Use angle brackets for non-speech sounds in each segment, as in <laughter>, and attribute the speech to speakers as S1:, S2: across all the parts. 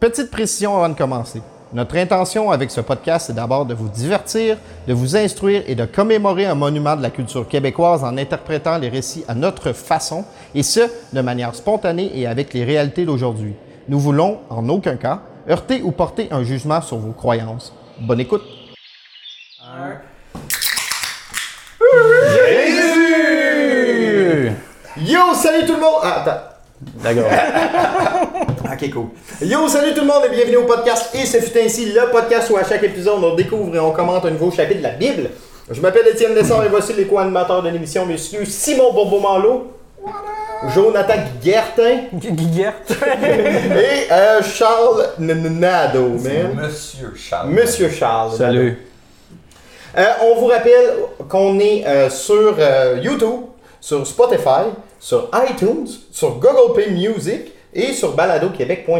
S1: Petite précision avant de commencer. Notre intention avec ce podcast est d'abord de vous divertir, de vous instruire et de commémorer un monument de la culture québécoise en interprétant les récits à notre façon, et ce, de manière spontanée et avec les réalités d'aujourd'hui. Nous voulons, en aucun cas, heurter ou porter un jugement sur vos croyances. Bonne écoute! Yo, salut tout le monde! Ah, attends.
S2: D'accord.
S1: Ok, cool. Yo, salut tout le monde et bienvenue au podcast Et ce fut ainsi le podcast où à chaque épisode on découvre et on commente un nouveau chapitre de la Bible. Je m'appelle Étienne Lessard et voici les co-animateurs de l'émission, messieurs Simon Bourbeau-Manlot, Jonathan Guertin
S2: Guiguerte.
S1: et euh, Charles Nado, man.
S3: Monsieur Charles.
S1: Monsieur Charles.
S2: Salut.
S1: Euh, on vous rappelle qu'on est euh, sur euh, YouTube, sur Spotify, sur iTunes, sur Google Play Music et sur baladoquebec.ca.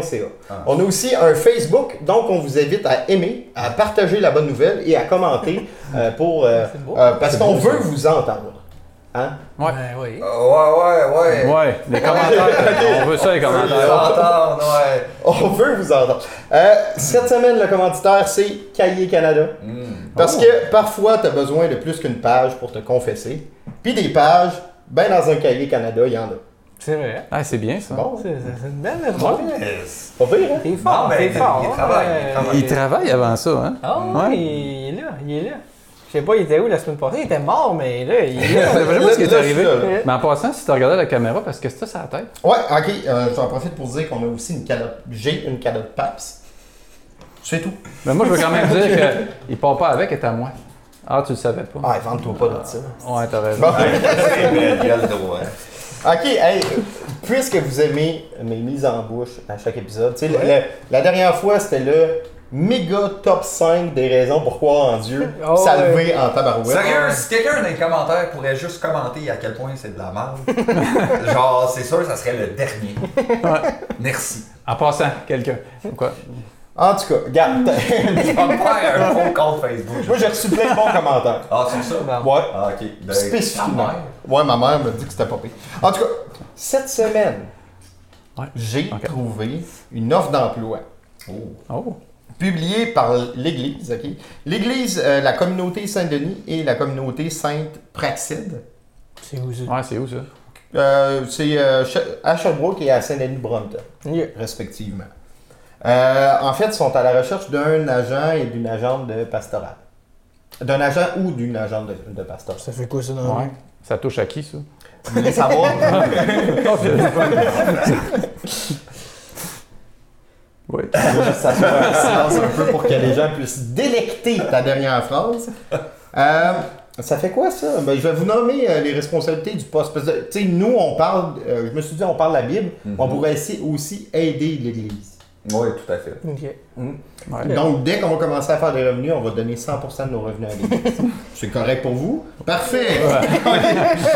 S3: Ah.
S1: On a aussi un Facebook, donc on vous invite à aimer,
S4: Ah.
S1: à partager la bonne nouvelle et à commenter
S4: <laughs>
S1: euh, pour euh,
S4: C'est beau.
S1: euh, parce qu'on veut vous entendre. Hein?
S2: Ouais.
S4: Ben oui.
S3: Euh, ouais, ouais, ouais.
S2: Ouais, les
S1: <laughs>
S4: Ah,
S2: commentaires. On veut ça, les
S3: Les
S2: commentaires.
S3: entendre, ouais.
S1: On veut vous entendre. Euh, cette semaine, le commanditaire, c'est Cahier Canada.
S3: Hmm.
S1: Parce que parfois, tu as besoin de plus qu'une page pour te confesser. Puis des pages, ben dans un cahier Canada, il y en a.
S4: C'est vrai. hein.
S2: Ah, c'est bien ça.
S1: Bon, hein.
S4: C'est c'est- c'est une belle réponse.
S3: Yes.
S1: pas pire, hein?
S4: T'es fort,
S3: Non, ben,
S4: t'es
S3: il-
S4: fort.
S3: il
S4: hein.
S3: travaille, il
S4: Euh,
S3: travaille.
S2: Il travaille avant ça, hein?
S4: Ah ouais,
S2: Ouais.
S4: il est là, il est là. Je sais pas, il était où la semaine passée, il était mort, mais là, il est
S2: Je
S4: là.
S2: sais pas ce qui est
S1: Ah, Là, je suis
S2: arrivé.
S1: là, là.
S2: Mais en passant, si tu regardais la caméra, parce que c'est ça, sa tête.
S1: Ouais, ok, euh, j'en profite pour dire qu'on a aussi une calotte. J'ai une calotte PAPS. C'est tout.
S2: Mais moi, je veux quand même dire qu'il part pas avec, elle est à moi. Ah, tu le savais pas.
S1: Ah, vende-toi pas de ça.
S2: Ouais, t'as raison.
S1: Ah. Bon.
S3: <laughs> Ouais, c'est une belle gueule de roi.
S1: Ok, hey, puisque vous aimez mes mises en bouche à chaque épisode, tu sais, le- le- la dernière fois, c'était le méga top 5 des raisons pour croire en Dieu.
S4: Oh,
S1: ça
S4: ouais.
S1: levait en tabarouette.
S3: Sérieux, si quelqu'un dans les commentaires pourrait juste commenter à quel point c'est de la <laughs> merde, genre, c'est sûr, ça serait le dernier. Merci.
S2: En passant, quelqu'un. Quoi?
S1: En tout cas, regarde. <laughs>
S3: Tu vas me faire un faux compte Facebook. genre.
S1: Moi, j'ai reçu plein de bons commentaires.
S3: Ah, c'est ça?
S4: Ben,
S1: Ouais.
S3: Ah, ok. Ben,
S1: Spécifiquement.
S3: ta mère.
S1: Ouais, ma mère m'a dit que c'était pas pire. En tout cas, cette semaine,
S2: Ouais.
S1: j'ai
S2: Ok.
S1: trouvé une offre d'emploi
S3: Oh.
S2: Oh.
S1: publiée par l'Église, OK? L'Église, euh, la communauté Saint-Denis et la communauté Sainte-Praxide.
S4: C'est où ça?
S2: Ouais, <laughs> c'est où ça?
S1: Euh, c'est euh, Sh- à Sherbrooke et à Saint-Denis-Brompton,
S4: Yeah.
S1: respectivement. Euh, en fait, ils sont à la recherche d'un agent et d'une agente de pastoral. D'un agent ou d'une agente de, de pastoral.
S4: Ça fait quoi ça
S1: Ah.
S4: dans
S2: Ouais. Ça touche
S1: <laughs>
S2: à qui, ça?
S1: Vous voulez savoir?
S2: Oui.
S1: ça soit un silence un peu pour que les gens puissent délecter ta dernière phrase. Euh, ça fait quoi ça? Ben, je vais vous nommer euh, les responsabilités du poste. Parce que, tu sais, nous, on parle, euh, je me suis dit, on parle la Bible, on pourrait essayer aussi aider l'Église.
S3: Ouais, tout à fait.
S4: Ok.
S2: Ouais.
S1: Donc, dès qu'on va commencer à faire des revenus, on va donner 100% de nos revenus à l'Église. C'est correct pour vous? Parfait!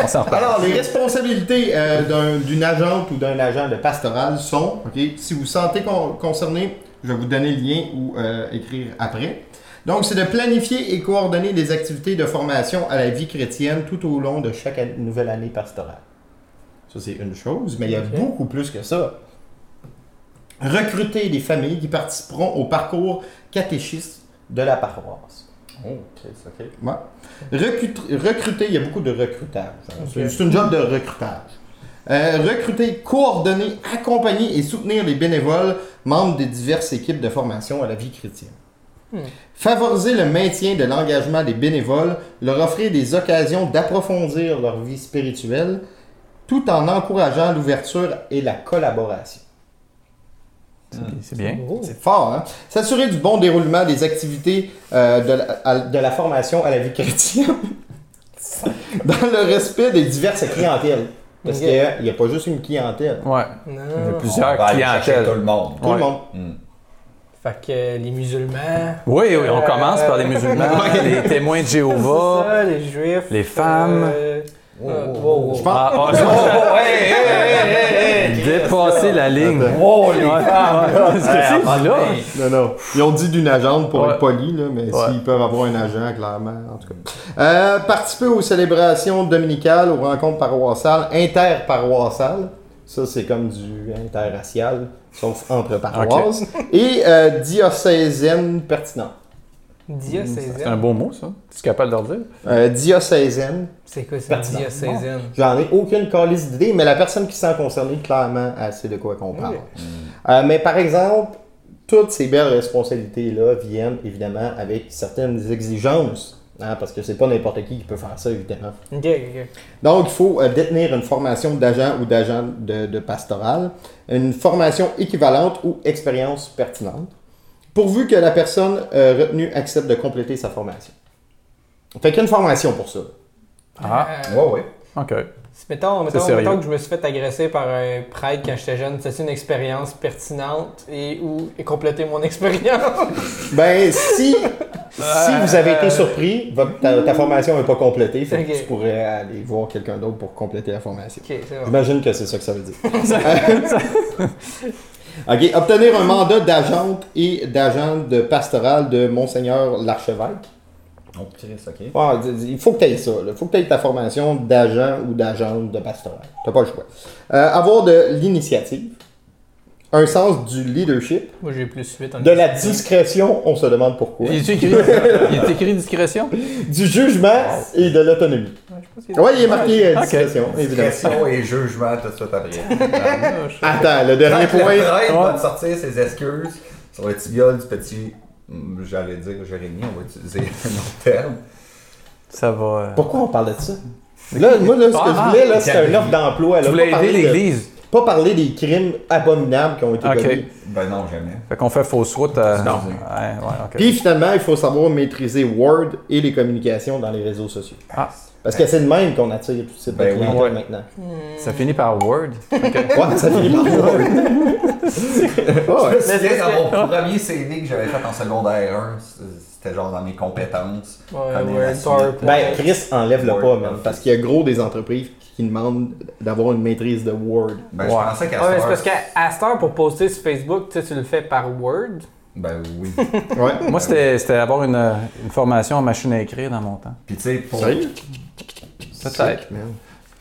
S2: On s'en reparle.
S1: Alors, les responsabilités euh, d'un- d'une agente ou d'un agent de pastoral sont, OK, si vous sentez con- concerné, je vais vous donner le lien ou euh, écrire après. Donc, c'est de planifier et coordonner des activités de formation à la vie chrétienne tout au long de chaque an- nouvelle année pastorale. Ça, c'est une chose, mais il y a
S4: Ok.
S1: beaucoup plus que ça. Recruter des familles qui participeront au parcours catéchiste de la paroisse.
S3: Oh, ok, c'est ok.
S1: Ouais. Recruter, recruter, il y a beaucoup de recrutage. hein. C'est-
S4: Ok.
S1: C'est une job de recrutage. Euh, recruter, coordonner, accompagner et soutenir les bénévoles membres des diverses équipes de formation à la vie chrétienne.
S4: Hmm.
S1: Favoriser le maintien de l'engagement des bénévoles, leur offrir des occasions d'approfondir leur vie spirituelle, tout en encourageant l'ouverture et la collaboration.
S2: C'est- C'est bien.
S4: Oh.
S1: C'est fort, hein? S'assurer du bon déroulement des activités euh, de, la, à- de la formation à la vie chrétienne <laughs> dans le respect des diverses clientèles. Parce
S4: Ok.
S1: qu'il n'y a pas juste une clientèle.
S2: Ouais. Il y a
S4: Non.
S3: On va
S2: plusieurs
S3: aller chercher tout
S2: clientèles.
S3: le monde.
S1: Tout
S2: Ouais.
S1: le monde.
S3: Hmm.
S4: Fait que euh, les musulmans.
S2: Oui, oui, on
S4: Euh,
S2: commence par les musulmans, les témoins de
S4: c'est
S2: Jéhovah.
S4: ça, les juifs.
S2: les femmes.
S4: euh,
S3: Oh,
S4: euh,
S3: oh,
S4: wow, wow.
S1: Je pense-
S2: Ah, ah, je-
S3: Oh, hey, hey, hey, hey, hey.
S2: Dépasser la ligne.
S1: Attends.
S2: Wow, les femmes!
S3: Ouais, à un moment
S2: là?
S1: Non,
S3: donné,
S1: non. Ils ont dit d'une agente pour
S2: Ouais.
S1: être poli, là, mais
S2: Ouais.
S1: s'ils peuvent avoir un agent, clairement. En tout cas. Euh, participer aux célébrations dominicales, aux rencontres paroissiales, interparoissiales. Ça, c'est comme du interracial. sauf entre paroisses, et euh, diocésaine pertinente.
S2: C'est
S4: Diocésaine.
S2: un beau mot, ça. Tu es capable de le dire?
S1: Euh, diocésaine,
S4: C'est quoi ça,
S1: Pertinent.
S4: diocésaine?
S1: J'en ai aucune calice d'idée, mais la personne qui s'en concernée, clairement, elle sait de quoi qu'on parle. Euh, mais par exemple, toutes ces belles responsabilités-là viennent évidemment avec certaines exigences, hein, parce que c'est pas n'importe qui qui peut faire ça, évidemment.
S4: Ok, ok.
S1: Donc, il faut euh, détenir une formation d'agent ou d'agent de, de pastoral, une formation équivalente ou expérience pertinente, pourvu que la personne euh, retenue accepte de compléter sa formation. Fait qu'il y a une formation pour ça.
S2: Ah,
S4: Euh,
S3: Ouais, ouais.
S2: OK.
S4: Si, mettons,
S2: C'est
S4: mettons,
S2: sérieux.
S4: mettons que je me suis fait agresser par un prêtre quand j'étais jeune, c'est une expérience pertinente et ou et compléter mon <laughs> expérience.
S1: Ben, si, si vous avez été surpris, votre- ta, ta formation n'est pas complétée, fait que
S4: Ok.
S1: tu pourrais aller voir quelqu'un d'autre pour compléter la formation.
S4: ok, c'est bon.
S1: J'imagine que c'est ça que ça veut dire. OK. Obtenir un mandat d'agente et d'agent de pastoral de Monseigneur l'Archevêque.
S3: On Chris, ok.
S1: Ah, d- d- il faut que tu aies ça. là. Il faut que tu aies ta formation d'agent ou d'agente de pastoral. Tu pas le choix. Euh, avoir de l'initiative, un sens du leadership,
S4: Moi, j'ai plus suite. en
S1: de la
S4: discussion.
S1: discrétion, on se demande pourquoi.
S2: Il est écrit, il est écrit discrétion?
S1: du jugement et de l'autonomie.
S4: Ouais, je pense qu'il y a-
S1: Oui, il est marqué euh,
S2: Ok.
S1: discrétion, évidemment.
S3: Discrétion et jugement tout de suite après.
S1: Attends, le dernier
S3: Quand le
S1: point.
S3: prêtre va
S2: Ouais.
S3: te sortir ses excuses sur le tibial du petit, hum, j'allais dire Jérémy, on va utiliser <laughs> un autre terme.
S2: Ça va. euh,
S1: Pourquoi on parlait de ça? Là, moi, là, ce que je voulais, là, c'était une offre d'emploi. là.
S2: Ah, Tu voulais
S1: Pas
S2: aider
S1: parler de-
S2: l'Église.
S1: Pas parler des crimes abominables qui ont été
S2: Ok.
S1: commis.
S3: Ben non, jamais.
S2: Fait qu'on fait fausse route. euh,
S3: Non.
S2: Ouais, ouais, OK.
S1: Puis finalement, il faut savoir maîtriser Word et les communications dans les réseaux sociaux.
S2: Ah,
S1: Parce que c'est de même qu'on attire tout type de
S3: Ben oui.
S1: clientèle
S2: Ouais.
S1: maintenant.
S2: ça finit par Word.
S1: Ouais, ça finit par
S2: <laughs>
S1: Word. Ouais, ouais.
S3: Je me souviens, dans mon premier CV que j'avais fait en secondaire 1, c'était genre dans mes compétences.
S4: Ouais,
S3: Comme
S4: ouais,
S3: la suite.
S4: PowerPoint.
S1: Ben, Chris enlève le
S3: Word,
S1: pas, man,
S3: parfait.
S1: parce qu'il y a gros des entreprises qui demandent d'avoir une maîtrise de Word.
S3: Ben,
S2: Ouais.
S3: je pensais qu'à
S4: Ouais, mais c'est parce
S3: ce
S4: qu'à à cette heure, pour poster sur Facebook, tu sais, tu le fais par Word.
S3: Ben oui.
S1: Ouais.
S2: Moi, c'était c'était avoir une, euh, une formation en machine à écrire dans mon temps.
S3: Puis tu sais, pour.
S1: Sérieux?
S2: Peut-être.
S1: Sick, man.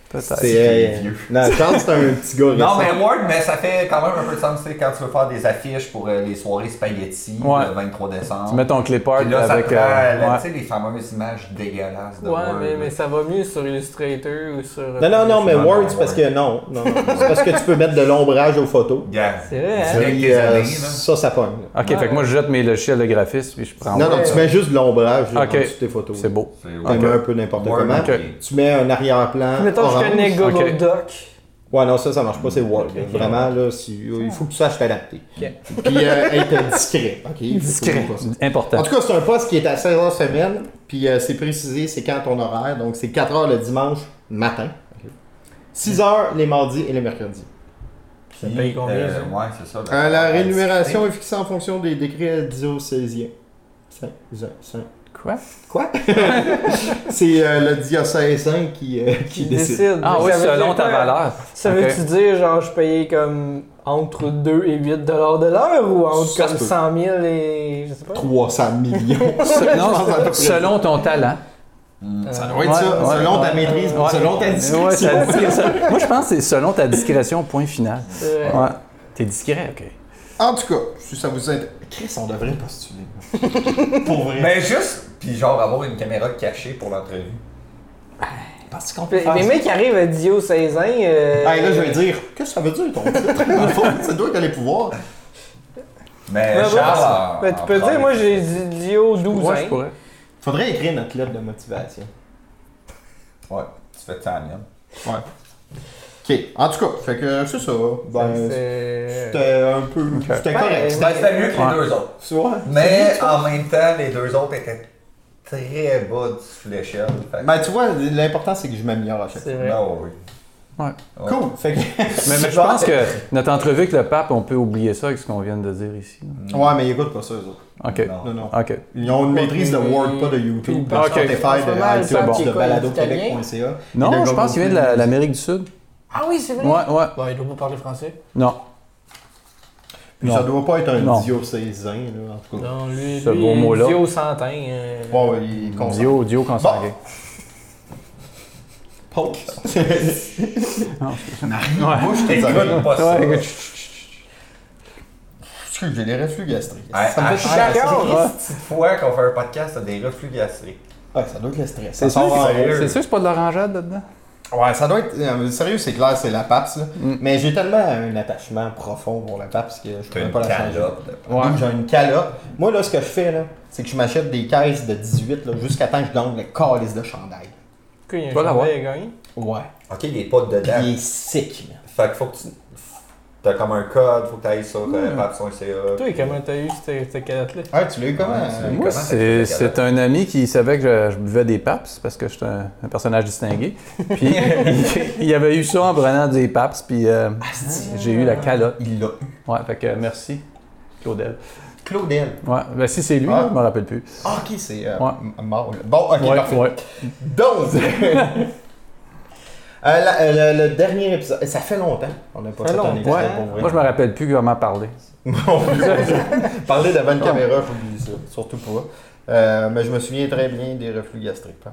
S2: Peut-être.
S1: euh, C'est.
S3: vieux.
S1: euh, Non, Charles, c'est un petit gars
S3: Non,
S1: récent.
S3: mais Word, mais ça fait quand même un peu de sens, tu sais, quand tu veux faire des affiches pour euh, les soirées spaghetti
S2: Ouais.
S3: le 23 décembre.
S2: Tu mets ton clipart
S3: Puis là, ça
S2: avec.
S3: prend,
S2: euh,
S3: là,
S2: ouais.
S3: tu sais, les fameuses images dégueulasses de
S4: Ouais,
S3: Word.
S4: mais,
S3: là.
S4: mais ça va mieux sur Illustrator ou sur. euh,
S1: Non, non, non, mais
S3: Non,
S1: Word,
S3: non,
S1: c'est parce
S3: Word.
S1: que non. non, non. c'est parce que tu peux mettre de l'ombrage aux photos.
S3: Gars,
S4: C'est vrai, hein?
S3: C'est avec
S1: Puis,
S3: des
S1: euh,
S3: années, là.
S1: ça, ça pogne. là.
S2: Ok, fait que moi, je jette mes logiciels de graphisme puis je
S3: Ah
S2: prends.
S1: Non,
S2: Word.
S1: non, tu mets juste de l'ombrage là,
S2: Ok.
S1: en dessous de tes photos.
S2: C'est beau.
S3: C'est-
S1: Tu mets un peu n'importe
S3: Word,
S1: comment.
S3: ok.
S1: Tu mets un arrière-plan.
S4: Mettons, que
S1: orange.
S4: je connais Google
S2: Ok.
S4: Doc.
S1: Ouais, non, ça, ça marche pas, c'est Word. là. Vraiment, là, si- il faut que tu saches t'adapter. Puis euh, être discret. ok? Il faut
S2: Discret.
S1: toujours pas ça.
S2: Important.
S1: En tout cas, c'est un poste qui est à 16 heures semaine, puis euh, c'est précisé, c'est quand ton horaire, donc c'est 4 heures le dimanche matin, 6 heures les mardis et les mercredis.
S4: Ça paye combien,
S3: euh,
S4: ça?
S3: Ouais, c'est ça.
S1: Euh, la rémunération
S3: Ouais,
S1: est fixée en fonction des décrets diocésiens. Cinq, zin, cinq.
S2: Quoi?
S1: Quoi? c'est euh, le diocésain qui, euh, qui
S4: Qui
S1: décide.
S4: décide.
S2: Ah oui,
S4: Ça veut
S2: selon
S4: dire
S2: ta
S4: quoi?
S2: valeur.
S4: Ça
S2: Ok.
S4: veut-tu dire, genre, je payais comme entre 2 et 8 dollars de l'heure ou entre
S1: Ça
S4: comme
S1: se peut.
S4: 100 000 et. Je sais pas.
S1: 300 <laughs> millions.
S2: Se-
S1: Je pense à peu près.
S2: Non, selon ton talent.
S1: ça doit être ça,
S2: Ouais,
S1: selon
S2: ouais,
S1: ta maîtrise,
S2: Ouais.
S1: selon ta
S2: Ouais,
S1: discrétion.
S2: ta discrétion. Moi, je pense que c'est selon ta discrétion, point final.
S1: Ah,
S4: Euh,
S2: Ouais. T'es discret, ok.
S1: En tout cas, si ça vous intéresse. Chris, on devrait postuler. <laughs> Pour vrai.
S3: Mais Ben, juste, puis genre avoir une caméra cachée pour l'entrevue.
S1: Parce qu'on
S4: Les les mecs qui arrivent à Dio 16 ans. euh,
S1: Hey, là, je vais dire, qu'est-ce que ça veut dire ton
S2: <laughs>
S1: titre? Dans le fond, c'est toi qui as les pouvoirs.
S3: Mais
S4: Ben,
S3: genre.
S1: euh,
S4: ben, tu peux dire, moi j'ai dit Dio 12
S2: Ouais, je
S4: ans.
S2: pourrais.
S1: Faudrait écrire notre lettre de motivation.
S3: Ouais, tu fais ça à la mienne.
S1: Ouais. Ok, en tout cas, fait que c'est ça. Ben,
S4: C'est-
S1: c'était un peu. C'était
S4: Ouais,
S1: correct.
S3: Ben, c'était mieux que les
S2: Ouais.
S3: deux autres.
S1: Tu vois?
S3: Mais en même temps, les deux autres étaient très bas du- sous l'échelle. Fait que-
S1: Ben, tu vois, l'important, c'est que je m'améliore à chaque fois.
S4: C'est vrai.
S3: Non, oui.
S2: Ouais.
S3: Ouais.
S1: Cool. Fait que.
S2: Mais, mais je pense que notre entrevue avec le pape, on peut oublier ça avec ce qu'on vient de dire ici. là.
S1: Ouais, mais ils écoutent pas ça, eux autres.
S2: OK.
S3: Non.
S1: Non, non.
S2: OK.
S1: Ils ont une maîtrise de Word, pas de YouTube, de
S2: Ok.
S1: Spotify,
S4: Pas mal,
S1: de
S2: c'est
S1: iTunes,
S2: bon.
S1: de
S4: C'est quoi,
S1: baladoquebec.ca. Et
S2: Non,
S1: de
S2: je pense qu'il vient de la- l'Amérique du Sud.
S4: Ah oui, c'est vrai.
S2: Ouais, ouais.
S4: Bon, il doit pas parler français.
S2: Non.
S1: Puis ça
S2: Non.
S1: doit pas être un
S2: Non.
S1: diocésain, là, en tout cas.
S4: Non, lui,
S2: Ce
S4: lui,
S2: beau mot-là.
S4: Dio 100 ans. euh,
S1: Ouais, ouais, il consent.
S2: Dio, Dio consanguin.
S1: <laughs> Pause.
S3: Moi, je t'écoute pas ça.
S2: Ouais, écoute,
S1: reflux, j'ai des reflux gastriques.
S3: À,
S1: ça me
S3: à
S1: fait
S3: chaque
S1: chier.
S3: petite fois qu'on fait un podcast, t'as des reflux gastriques.
S1: Ouais, ça doit être le stress.
S2: C'est
S1: Ça
S2: sûr,
S1: sort en
S2: que-
S3: sérieux.
S2: c'est sûr que c'est pas de l'orangeade là-dedans.
S1: Ouais, ça doit être. euh, sérieux, c'est clair, c'est la PAPS. là. Mais j'ai tellement un attachement profond pour la PAPS que je
S3: T'as
S1: pourrais
S3: une
S1: pas la changer.
S3: calope. de-
S2: Ouais.
S1: Ou J'ai une calotte. Moi, là, ce que je fais, là, c'est que je m'achète des caisses de 18 là, jusqu'à temps que je gagne le calice de chandail.
S4: Pourquoi il y a un
S2: Va l'avoir.
S4: chandail à gagner?
S1: Ouais.
S3: Ok, il est pas
S1: Puis
S3: dedans.
S1: il est sick, man.
S3: Fait que faut que tu. T'as comme un code, faut que t'ailles sur
S1: Hmm.
S3: euh, papson.ca.
S4: Toi, comment t'as eu cette, cette calotte-là?
S1: Ouais, tu l'as eu comment?
S3: Ouais,
S1: euh,
S3: c'est-
S2: Moi,
S3: comment
S2: c'est
S3: t'as fait ta
S2: c'est un ami qui savait que je, je buvais des paps parce que j'étais un, un
S1: <laughs>
S2: personnage distingué. Puis il- il avait eu ça en prenant des paps, puis euh,
S1: Ah,
S2: j'ai eu la calotte.
S1: Il l'a eu.
S2: Ouais, fait que euh, merci, Claudel.
S1: Claudel.
S2: Ouais, ben si c'est lui,
S1: Ah.
S2: là, je me rappelle plus.
S1: Ah, ok, c'est euh,
S2: Ouais.
S1: m- mort. là. Bon, ok,
S2: ouais,
S1: parfait.
S2: ouais.
S1: Donc, <laughs> euh, la- euh, le, le dernier épisode, ça fait longtemps. On n'a pas
S4: Ça
S1: fait
S4: fait
S1: un
S4: longtemps.
S1: épisode
S2: Ouais.
S1: pour vrai.
S2: Moi, je me rappelle plus comment parler.
S1: <laughs> Parler devant une caméra, j'oublie ça. Surtout pas. Euh, mais je me souviens très bien des reflux gastriques. hein.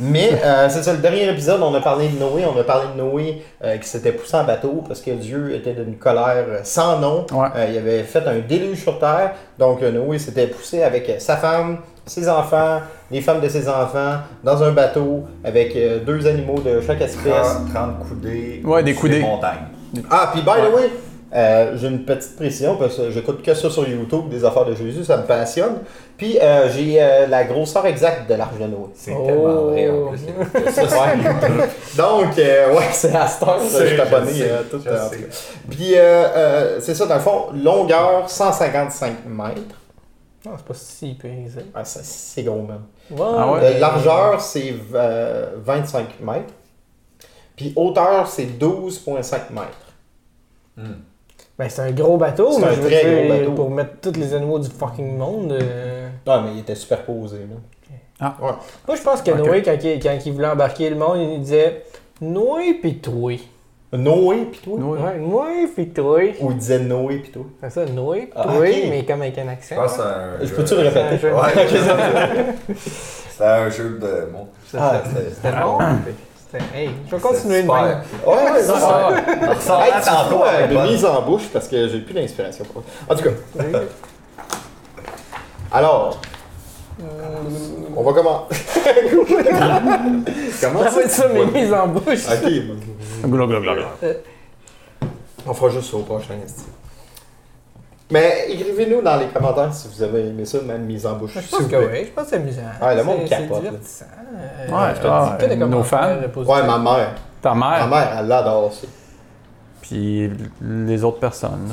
S1: Mais euh, c'est ça, le dernier épisode, on a parlé de Noé. On a parlé de Noé euh, qui s'était poussé en bateau parce que Dieu était d'une colère euh, sans nom.
S2: Ouais.
S1: Euh, il avait fait un déluge sur terre. Donc euh, Noé s'était poussé avec euh, sa femme, ses enfants, les femmes de ses enfants, dans un bateau avec euh, deux animaux de chaque espèce.
S3: 30, 30 coudées.
S2: Ouais, des
S3: sur
S2: coudées.
S3: les montagnes.
S1: Ah, puis by the way, euh, j'ai une petite précision parce que j'écoute que ça sur YouTube, des affaires de Jésus, ça me passionne. Puis euh, j'ai euh, la grosseur exacte de l'arche de Noé.
S3: C'est
S1: <laughs>
S4: Oh.
S3: tellement vrai en plus.
S1: Donc, euh, ouais, c'est à cette heure, je
S3: C'est-
S1: suis abonné
S3: je sais,
S1: euh, tout
S3: je
S1: euh, en
S3: sais.
S1: tout cas. Puis euh, euh, c'est ça, dans le fond, longueur 155 mètres.
S4: Non, c'est pas si pire, ça.
S1: Ah, ça, c'est gros, même.
S4: Ouais,
S2: Ah ouais?
S1: Euh, largeur, c'est euh, 25 mètres. Puis hauteur, c'est 12,5 mètres.
S4: Ben, c'est un gros bateau,
S1: C'est
S4: mais
S1: un
S4: je veux
S1: très gros
S4: dire,
S1: bateau.
S4: pour mettre tous les animaux du fucking monde. euh,
S1: Non, mais il était superposé, là.
S4: Moi, je pense que
S2: Ok.
S4: Noé, quand il, quand il voulait embarquer le monde, il disait Noé pis toi.
S1: Noé, pis toi.
S2: Noé.
S4: Ouais, Noé pis toi.
S1: Ou il disait Noé, pis toi.
S4: C'est ça, Noé pis
S1: Ah,
S4: toi,
S1: ok.
S4: mais comme avec un accent.
S3: Je pense que c'est un.
S1: Je peux-tu
S3: jeu-
S1: le
S4: C'est un
S1: répéter?
S4: jeu de-
S3: Ah, Ouais, <laughs> c'est un jeu de mots.
S1: Ah,
S4: C'était bon. C'était- Hey, je vais continuer de même.
S1: Ouais, ouais, c'est ça.
S2: Ah,
S1: Hey,
S3: Ça
S1: tu me fous, euh, de mise en bouche parce que j'ai plus d'inspiration pour En tout cas, alors,
S4: Euh,
S1: on va commencer. Comment
S4: Ça va être ça,
S1: tu
S4: mes
S1: vois?
S4: mises en bouche.
S1: Ah, Ok,
S2: Blablabla.
S1: on fera juste ça au prochain esti. Mais écrivez-nous dans les commentaires si vous avez aimé ça, même mise en bouche.
S4: Je
S1: s'il
S4: pense
S1: vous
S4: que
S1: plaît.
S4: oui, je pense que c'est amusant.
S1: Ouais, le monde
S4: C'est-
S1: capote, là.
S4: C'est divertissant. Euh,
S2: Ouais,
S4: je te
S2: ah,
S4: dis que
S2: nos fans.
S1: Ouais, ma mère.
S2: Ta
S1: Ma
S2: mère,
S1: mère, elle adore ça.
S2: puis les autres personnes.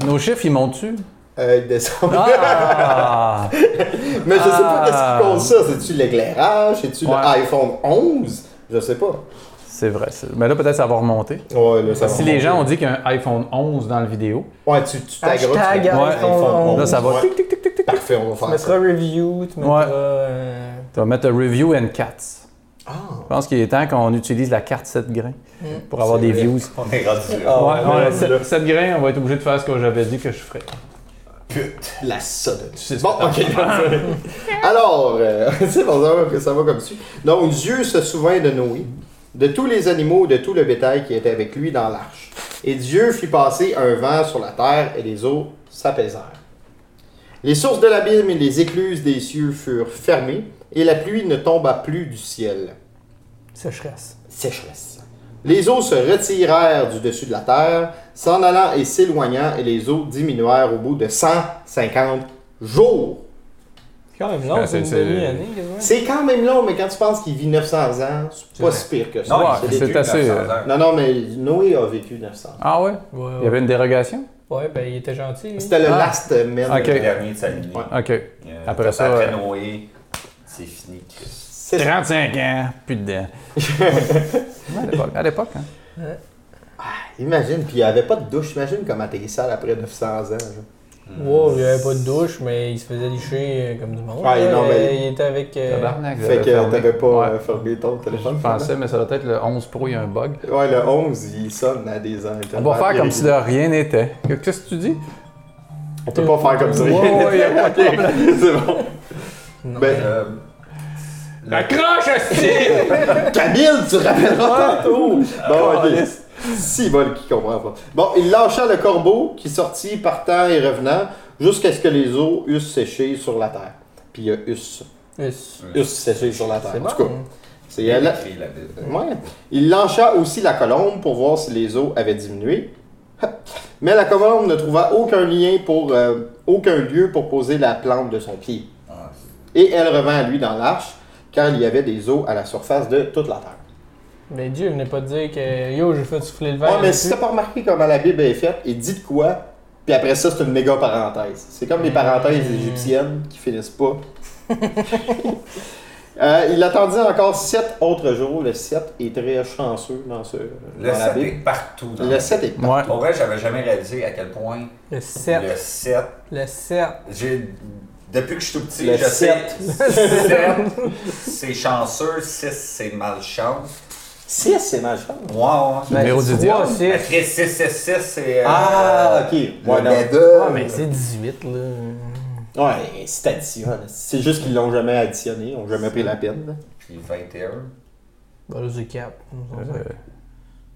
S2: là. Nos chiffres, ils montent-tu?
S1: Euh, il descend.
S2: Ah!
S1: <laughs> Mais je sais pas
S2: Ah.
S1: qu'est-ce qui cause ça. C'est-tu l'éclairage? C'est-tu
S2: Ouais.
S1: l'iPhone 11? Je sais pas.
S2: C'est vrai. c'est- Mais là, peut-être ça va remonter.
S1: Ouais, là, ça va
S2: Si les
S1: monter.
S2: gens ont dit qu'il y a un iPhone 11 dans la vidéo,
S1: Ouais, tu tu t'agrupes, tu
S4: Hashtag
S1: fais-
S4: iPhone
S1: iPhone
S4: 11.
S2: là, ça va.
S1: Ouais.
S2: tic, tic, tic, tic, tic.
S1: Parfait, on va
S4: Tu
S1: faire ça.
S4: mettras review, tu mettras.
S2: Ouais.
S4: euh,
S2: Tu vas mettre un review and cats.
S1: Ah, Hmm.
S2: Je pense qu'il est temps qu'on utilise la carte 7 grains pour avoir
S1: C'est
S2: des
S1: vrai.
S2: views.
S3: On est rendu là.
S1: Ah,
S2: Ouais,
S1: mais
S2: ouais,
S1: là, là,
S2: 7, grains, on va être obligé de faire ce que j'avais dit que je ferais.
S1: Pute, la sodomie.
S2: sais ce
S1: bon,
S2: que
S4: <laughs>
S1: ok. <laughs> Alors, euh, c'est bon, ça va, que ça va comme suit. Donc, Dieu se souvint de Noé, de tous les animaux, de tout le bétail qui était avec lui dans l'arche. Et Dieu fit passer un vent sur la terre et les eaux s'apaisèrent. Les sources de l'abîme et les écluses des cieux furent fermées et la pluie ne tomba plus du ciel.
S4: Sécheresse.
S1: sécheresse. Les eaux se retirèrent du dessus de la terre, s'en allant et s'éloignant, et les eaux diminuèrent au bout de 150 jours.
S4: C'est quand même long, c'est
S2: c'est-
S4: une
S2: c'est-
S4: demi-année, quasiment.
S1: C'est quand même long, mais quand tu penses qu'il vit 900 ans, c'est pas
S4: Ouais.
S1: si pire que ça.
S3: Non,
S2: Ouais,
S1: C'est euh,
S3: il
S1: des-
S3: s'est
S2: c'est
S3: tué
S2: assez,
S3: 900 heures.
S1: non, non, mais Noé a vécu 900 ans.
S2: Ah ouais?
S4: Ouais,
S2: Il y avait une dérogation?
S4: Ouais, ben il était gentil. lui.
S1: C'était le
S2: Ah.
S1: last man.
S2: Ok.
S3: Le dernier de sa lignée.
S1: Ouais.
S2: OK.
S3: Euh,
S2: Après ça,
S3: Après
S2: euh,
S3: Noé, c'est fini, Chris.
S1: C'est ça.
S2: 35 ans, plus de dents. Ouais, <laughs> à l'époque- à l'époque, hein?
S1: Imagine, puis il n'y avait pas de douche. Imagine comment t'es sale après 900 ans. genre.
S4: Wow, il avait pas de douche, mais il se faisait licher euh, comme du monde.
S1: Ah,
S4: là.
S1: non, mais-
S4: Euh, Il était avec. euh,
S2: Tabarnak,
S1: Fait
S2: j'avais
S1: que
S2: fermé.
S1: t'avais pas
S2: Ouais.
S1: euh, fermé ton téléphone.
S2: Je pensais, mais ça doit être le 11 Pro, il y a un bug.
S1: finalement. Ouais, le 11, il sonne à des ans.
S2: On va faire comme si de rien n'était. Qu'est-ce que
S1: <laughs>
S2: tu dis?
S1: On peut pas faire comme si
S2: Ouais, ouais, y a pas de problème.
S1: <laughs> C'est bon.
S4: non,
S1: Ben,
S3: Euh,
S2: La croche, hostie!
S1: euh, Camille, tu rappelleras
S4: oh,
S1: tantôt! Bon, ok.
S2: Caliste.
S1: Si, bon, qui comprend pas. Bon, il lâcha le corbeau qui sortit, partant et revenant. jusqu'à ce que les eaux eussent séché sur la terre. Puis il y a us.
S4: Us.
S1: Us séché sur la terre.
S4: C'est
S1: En
S4: bon.
S1: tout cas, c'est euh,
S3: Il
S1: la-
S3: écrit la Bible.
S1: Ouais. Il lança aussi la colombe pour voir si les eaux avaient diminué. <laughs> Mais la colombe ne trouva aucun lien pour euh, aucun lieu pour poser la plante de son pied.
S3: Ah, c'est-
S1: Et elle revint à lui dans l'arche, car il y avait des eaux à la surface de toute la terre.
S4: Mais Dieu venait pas te dire que yo, j'ai fait souffler le verre.
S1: Ouais, mais si t'as pas remarqué comment la Bible est faite, il dit de quoi, puis après ça, c'est une méga parenthèse. C'est comme
S3: Hmm.
S1: les parenthèses égyptiennes qui finissent
S3: <laughs>
S1: pas. Euh, il attendit encore sept autres jours. Le 7 est très chanceux dans, ce,
S3: Le
S1: dans la
S3: 7
S1: Bible.
S3: est partout. Dans
S1: Le 7 est
S2: Ouais.
S3: En vrai, j'avais jamais réalisé à quel point
S4: Le 7.
S3: le 7.
S4: Le 7.
S3: J'ai... Depuis que je suis tout petit,
S1: Le
S3: je sais. <laughs>
S1: sept.
S3: 7, c'est chanceux, 6, c'est malchance.
S1: 6, c'est majeur.
S3: Ouais, ouais.
S2: Le
S4: Ben,
S2: numéro du diable.
S4: 6.
S3: Après 6, 6, 6, c'est. euh,
S1: Ah, ok. Ouais,
S3: le
S1: non.
S3: Médor.
S4: Ah, mais c'est 18, là.
S1: Ouais, c'est additionné. C'est juste qu'ils l'ont jamais additionné, ils ont jamais pris la peine.
S3: Puis 21.
S4: Bah là, c'est 4.
S2: Euh,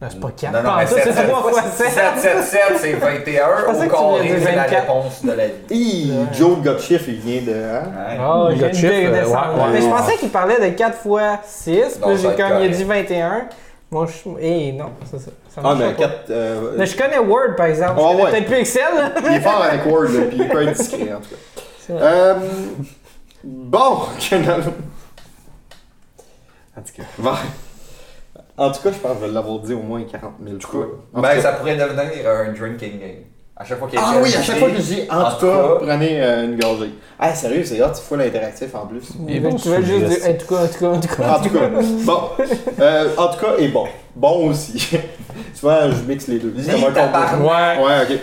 S4: Non, c'est pas 4.
S3: Non, non, mais
S4: tout,
S3: 7,
S4: c'est 3 fois
S3: 7,
S4: 7.
S3: 7, 7, c'est 21.
S4: pensais que
S3: Au
S4: tu voulais
S3: carré,
S4: dire
S3: c'est la
S4: 24.
S3: réponse de la vie.
S1: Hi, Joe Gottschiff, il vient de. hein?
S3: Ouais.
S4: Oh, j'ai
S2: Le
S4: une
S2: chiffre,
S4: idée de
S2: euh,
S4: ça.
S2: ouais, ouais,
S4: Mais je
S2: ouais.
S4: pensais qu'il parlait de 4 fois 6.
S3: Non,
S4: Puis là,
S3: ça va
S4: j'ai
S3: être
S4: comme, il a
S3: correct.
S4: dit 21. Moi, je. Eh non, c'est ça. ça
S1: Ah,
S4: marche
S1: mais
S4: pas.
S1: 4.
S4: Mais je connais Word, par exemple.
S1: Ah,
S4: Je connais
S1: ouais.
S4: Peut-être plus Excel, là.
S1: Il est fort avec Word, là, puis il peut être discret, en tout cas.
S4: C'est vrai.
S1: Euh, bon, que non- En tout cas. bon. En tout cas, je pense que je vais l'avoir dit au moins 40 000 fois. En tout
S3: Ben,
S1: cas.
S3: ça pourrait devenir un drinking game. À chaque fois qu'il y a
S1: Ah
S3: une
S1: oui, à chaque fois que je dis en tout cas,
S3: cas.
S1: prenez euh, une gorgée. Ah, sérieux, c'est hot, c'est full interactif en plus.
S2: Il est
S4: Donc,
S2: bon,
S4: tu veux
S2: ce
S4: juste
S2: sujet.
S4: dire, en tout cas, en tout cas, en tout cas.
S1: En tout cas, bon. Euh, en tout cas, et bon. Bon aussi. <laughs> Souvent, je mixe les deux. C'est comme un
S3: ta
S1: combo.
S3: part.
S4: Ouais.
S1: Ouais, ok.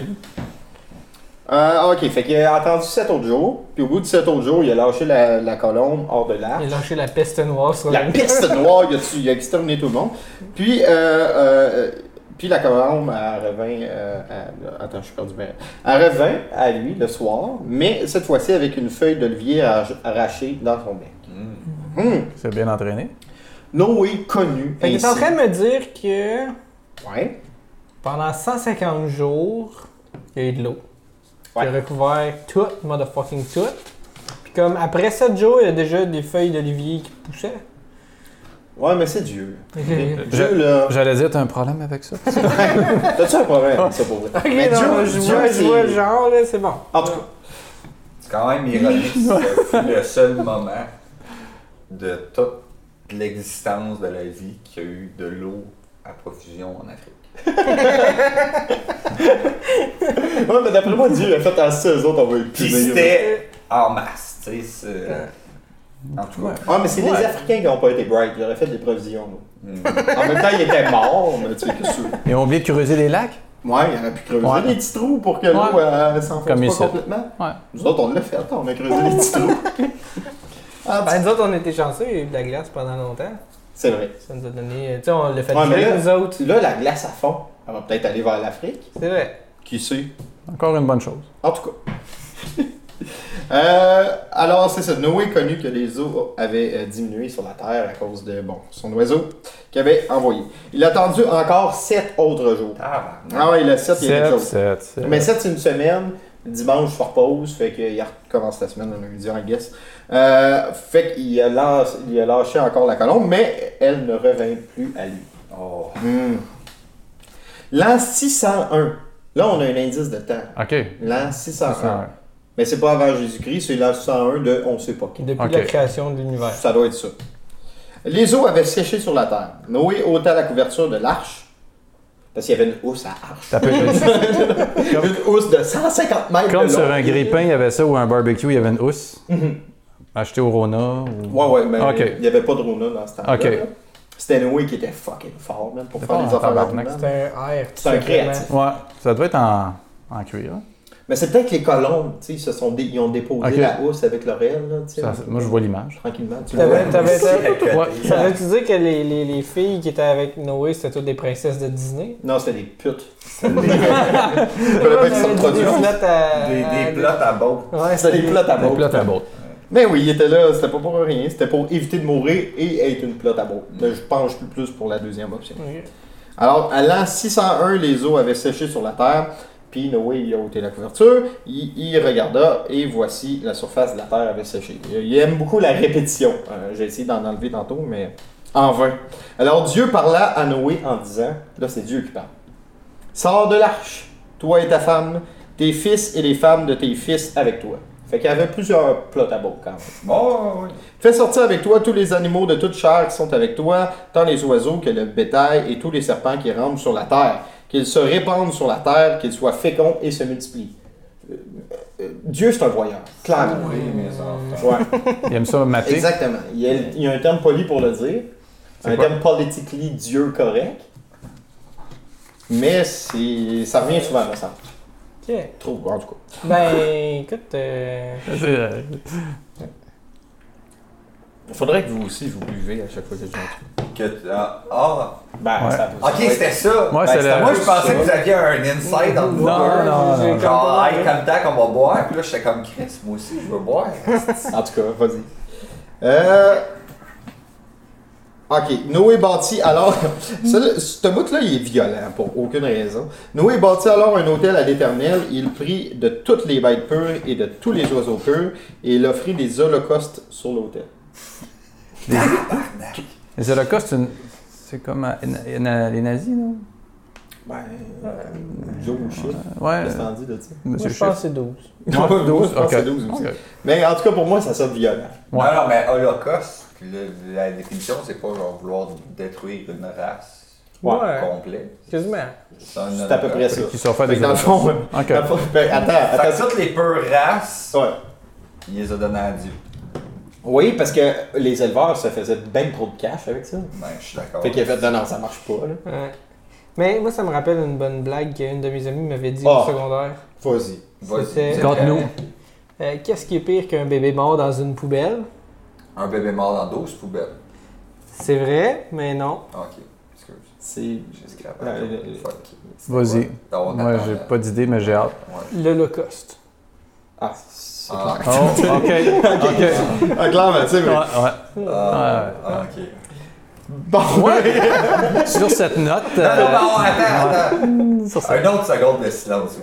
S1: Euh, ok, fait qu'il a attendu 7 autres jours, puis au bout de 7 autres jours, il a lâché la, la colombe hors de l'arche.
S4: Il a lâché la peste noire sur
S1: La
S4: le-
S1: peste noire, il a, tu- il a exterminé tout le monde. Puis, euh, euh, euh, puis la colombe, elle revint. euh, à- attends, je suis perdu. Mais, elle revint à lui le soir, mais cette fois-ci avec une feuille d'olivier arrach- arrachée dans son bec. Hmm.
S2: C'est bien entraîné.
S1: Noé connu.
S4: Fait qu'il est en
S1: ainsi.
S4: train de me dire que
S1: Ouais.
S4: pendant 150 jours, il y a eu de l'eau.
S1: Ouais.
S4: Il a recouvert tout, motherfucking tout. Puis comme après 7 jours, il y a déjà des feuilles d'olivier qui poussaient.
S1: Ouais, mais c'est
S4: <laughs>
S1: Dieu.
S4: Ok.
S1: Dieu, là.
S2: J'allais dire, t'as un problème avec ça?
S1: T'as-tu un problème avec ça pour vrai?
S4: <laughs> Ok,
S1: Mais
S4: non,
S1: Dieu-
S4: je
S1: Dieu,
S4: vois, je
S1: c'est-
S4: vois le genre, là, c'est bon.
S1: En tout cas.
S3: C'est quand même
S2: <laughs>
S3: ironique, c'est le seul moment de toute l'existence de la vie qui a eu de l'eau à profusion en Afrique.
S1: Ouais, mais d'après moi, Dieu a fait à ça, eux autres, on va les
S3: Puis
S1: punir.
S3: c'était en masse, tu sais. c'est- En tout cas.
S1: Ouais, Ah, mais c'est les
S2: Ouais.
S1: Africains qui n'ont pas été bright, ils auraient fait des provisions. là.
S3: Mm.
S1: En même temps, ils étaient morts, mais tu sais, qu'est-ce que tu veux?
S2: Ils ont oublié de creuser les lacs?
S1: Ouais, il aurait pu creuser
S2: Ouais.
S1: des petits trous pour que l'eau
S2: Ouais.
S1: euh, s'enfonce
S2: Comme
S1: pas
S2: ici.
S1: complètement.
S2: Ouais.
S1: Nous autres, on l'a fait, on a creusé des petits trous. Ah, tu-
S4: Ben, nous autres, on était chanceux, il y a eu de la glace pendant longtemps.
S1: <laughs> c'est vrai.
S4: Ça nous a donné. Tu sais, on l'a fait
S1: Ouais, mais
S4: geler,
S1: là-
S4: nous autres.
S1: Là, la glace à fond, elle va peut-être aller vers l'Afrique.
S4: C'est vrai.
S1: Qui sait?
S2: Encore une bonne chose.
S1: En tout cas. <laughs> Euh, alors, c'est ça. Noé connu que les eaux avaient euh, diminué sur la terre à cause de bon, son oiseau qu'il avait envoyé. Il a attendu encore sept autres jours.
S3: Tabarnak.
S1: Ah ouais, le 7, il y a quelque
S2: 7,
S1: chose.
S2: 7, 7.
S1: Mais 7, c'est une semaine. Dimanche, je repose. Fait qu'il recommence la semaine le lundi, I guess. Euh, fait qu'il a, lâché- il a lâché encore la colombe, mais elle ne revint plus à lui.
S3: Oh.
S1: Hmm. L'an 601. Là, on a un indice de temps.
S2: OK.
S1: L'an 601.
S2: Ça,
S1: Mais c'est pas avant Jésus-Christ, c'est l'an 101 de on sait pas qui.
S4: Depuis
S2: Ok.
S4: la création de l'univers.
S1: Ça doit être ça. Les eaux avaient séché sur la terre. Noé ôta la couverture de l'arche. Parce qu'il y avait une housse à arche.
S2: ça peut
S1: <laughs>
S2: comme,
S1: Une housse de 150 mètres.
S2: comme
S1: de
S2: sur
S1: long. Mhm.
S2: un grippin, il y avait ça, ou un barbecue, il y avait une housse. Acheté au Rona. ou-
S1: Ouais, ouais, mais
S2: OK.
S1: il n'y avait pas de Rona dans ce temps-là.
S2: Ok.
S1: là. C'était Noé qui était fucking fort, man, pour
S2: C'est
S1: faire
S2: fort,
S1: les affaires
S2: tabarnak.
S1: rapidement.
S4: C'est un R. tout
S1: C'est un
S4: simplement.
S1: créatif.
S2: Ouais, ça doit être en, en cuir. hein.
S1: Mais c'est peut-être que les colombes, tu sais, ils se sont dé- ils ont déposé
S2: Ok.
S1: la housse avec l'oreille, là, tu sais.
S2: Ça, c'est- moi, je vois l'image.
S1: Tranquillement, tu
S4: T'avais-
S1: vois.
S4: t'avais-
S2: Ouais.
S4: Ça veut-tu dire que les, les, les filles qui étaient avec Noé, c'était toutes des princesses de Disney?
S1: Non, <laughs> c'était des putes. Ils connaissent pas qui sont
S4: Des
S1: produits.
S4: flottes à-
S3: Des,
S4: à-
S3: des plots à bout.
S4: Ouais,
S1: C'était des plots à
S2: Des
S1: beau.
S2: plots à bottes.
S1: Mais oui, il était là, c'était pas pour rien, c'était pour éviter de mourir et être une plotte à beau. Là, je penche plus- plus pour la deuxième option.
S4: Ok.
S1: Alors, à l'an 601, les eaux avaient séché sur la terre, Puis Noé, il a ôté la couverture, il, il regarda, et voici, la surface de la Terre avait séché. Euh, Il, il aime beaucoup la répétition. Euh, J'ai essayé d'en enlever tantôt, mais en vain. Alors Dieu parla à Noé en disant, là c'est Dieu qui parle, Sors de l'arche, toi et ta femme, tes fils et les femmes de tes fils avec toi. Fait qu'il y avait plusieurs plots à bord quand même.
S3: Bon, oui.
S1: Fais sortir avec toi tous les animaux de toute chair qui sont avec toi, tant les oiseaux que le bétail et tous les serpents qui rampent sur la terre. Qu'ils se répandent sur la terre, qu'ils soient féconds et se multiplient. Euh, euh, Dieu, c'est un voyeur, clairement.
S3: Ah, Oui, mes enfants.
S1: <laughs> Ouais,
S2: Il aime ça mater. <laughs>
S1: exactement. Il y, a, il y a un terme poli pour le dire.
S2: C'est
S1: Un
S2: quoi?
S1: terme politically Dieu correct. Mais c'est- ça revient souvent, me semble.
S4: Ok.
S1: Trop, en tout cas.
S4: Ben, écoute, euh,
S2: Euh,
S1: Il faudrait que vous aussi, vous buvez à chaque fois que je dis
S3: Que t- ah, ah.
S1: Ben,
S2: Ouais.
S1: ça peut-
S3: ok, c'était ça.
S2: Ouais,
S3: Ben,
S2: c'est
S3: c'était-
S2: la-
S3: Moi, je pensais que vous aviez un insight entre vous
S2: Non,
S3: deux.
S1: Ah,
S2: non, non.
S4: J'ai
S3: Genre, hey,
S4: compris.
S3: comme tac, on va boire. Puis là, j'étais comme Chris, moi aussi, je veux boire.
S1: En tout cas, vas-y. Euh... Ok, Noé bâtit alors. <laughs> ce ce bout-là, il est violent pour aucune raison. Noé bâtit alors un hôtel à l'Éternel. Il prit de toutes les bêtes pures et de tous les oiseaux purs et il offrit des holocaustes sur l'autel.
S2: Les holocaustes, c'est une- c'est comme euh, na- na- les nazis, non?
S1: Ben.
S2: Euh,
S1: Joe ou Chiffre,
S2: Ouais,
S1: qu'est-ce que t'en dis de
S2: <laughs>
S1: ça?
S4: moi,
S2: Monsieur
S4: je pense que c'est 12.
S1: <laughs> Moi,
S2: Ouais,
S1: je pense que c'est
S2: ok.
S1: 12 aussi.
S2: Ok.
S1: Mais en tout cas, pour moi, ça sonne violent.
S2: Ouais.
S3: Non, non, mais Holocauste, le- la définition, c'est pas genre vouloir détruire une race
S1: Ouais.
S3: complète.
S4: Quasiment.
S3: C'est un
S1: C'est à peu près
S3: holocauste.
S1: ça.
S2: Qui sont fait
S1: Fait
S2: des
S1: que dans le fond.
S2: holocaustes. Ok.
S1: dans le fond, ben, attends,
S3: Fait que
S1: attends.
S3: toutes les peurs races,
S1: Ouais.
S3: il les a données à Dieu.
S1: Oui, parce que les éleveurs se faisaient bien trop de cash avec ça.
S3: Ben, je suis d'accord.
S1: Fait qu'il a fait, non, non, ça marche pas, là.
S4: Ouais. Mais moi, ça me rappelle une bonne blague qu'une de mes amies m'avait dit
S1: Ah.
S4: au secondaire.
S1: Vas-y.
S3: Vas-y,
S4: C'était-
S3: c'est
S2: Conte-nous.
S3: vrai.
S4: Euh, Qu'est-ce qui est pire qu'un bébé mort dans une poubelle?
S3: Un bébé mort dans 12 poubelles. Ah,
S4: C'est vrai, mais non.
S3: Ok, excuse.
S1: C'est.
S3: J'ai scrapé.
S1: Euh, euh,
S3: Fuck.
S2: Vas-y.
S3: Non, on
S2: Moi,
S3: attend,
S2: j'ai
S3: euh,
S2: pas d'idée, mais j'ai hâte.
S3: ouais.
S4: L'Holocauste.
S1: Ah, c'est
S3: Ah,
S1: clair.
S2: Oh, OK. OK. Ouais,
S1: Ah, clairement, tu sais, mais.
S2: ouais.
S3: ah, ah, ok.
S1: Bon,
S2: Ouais. <laughs> Sur cette note,
S3: Non, non,
S2: euh,
S3: non, attends,
S2: sur
S3: attends.
S2: cette...
S3: Un autre seconde de silence.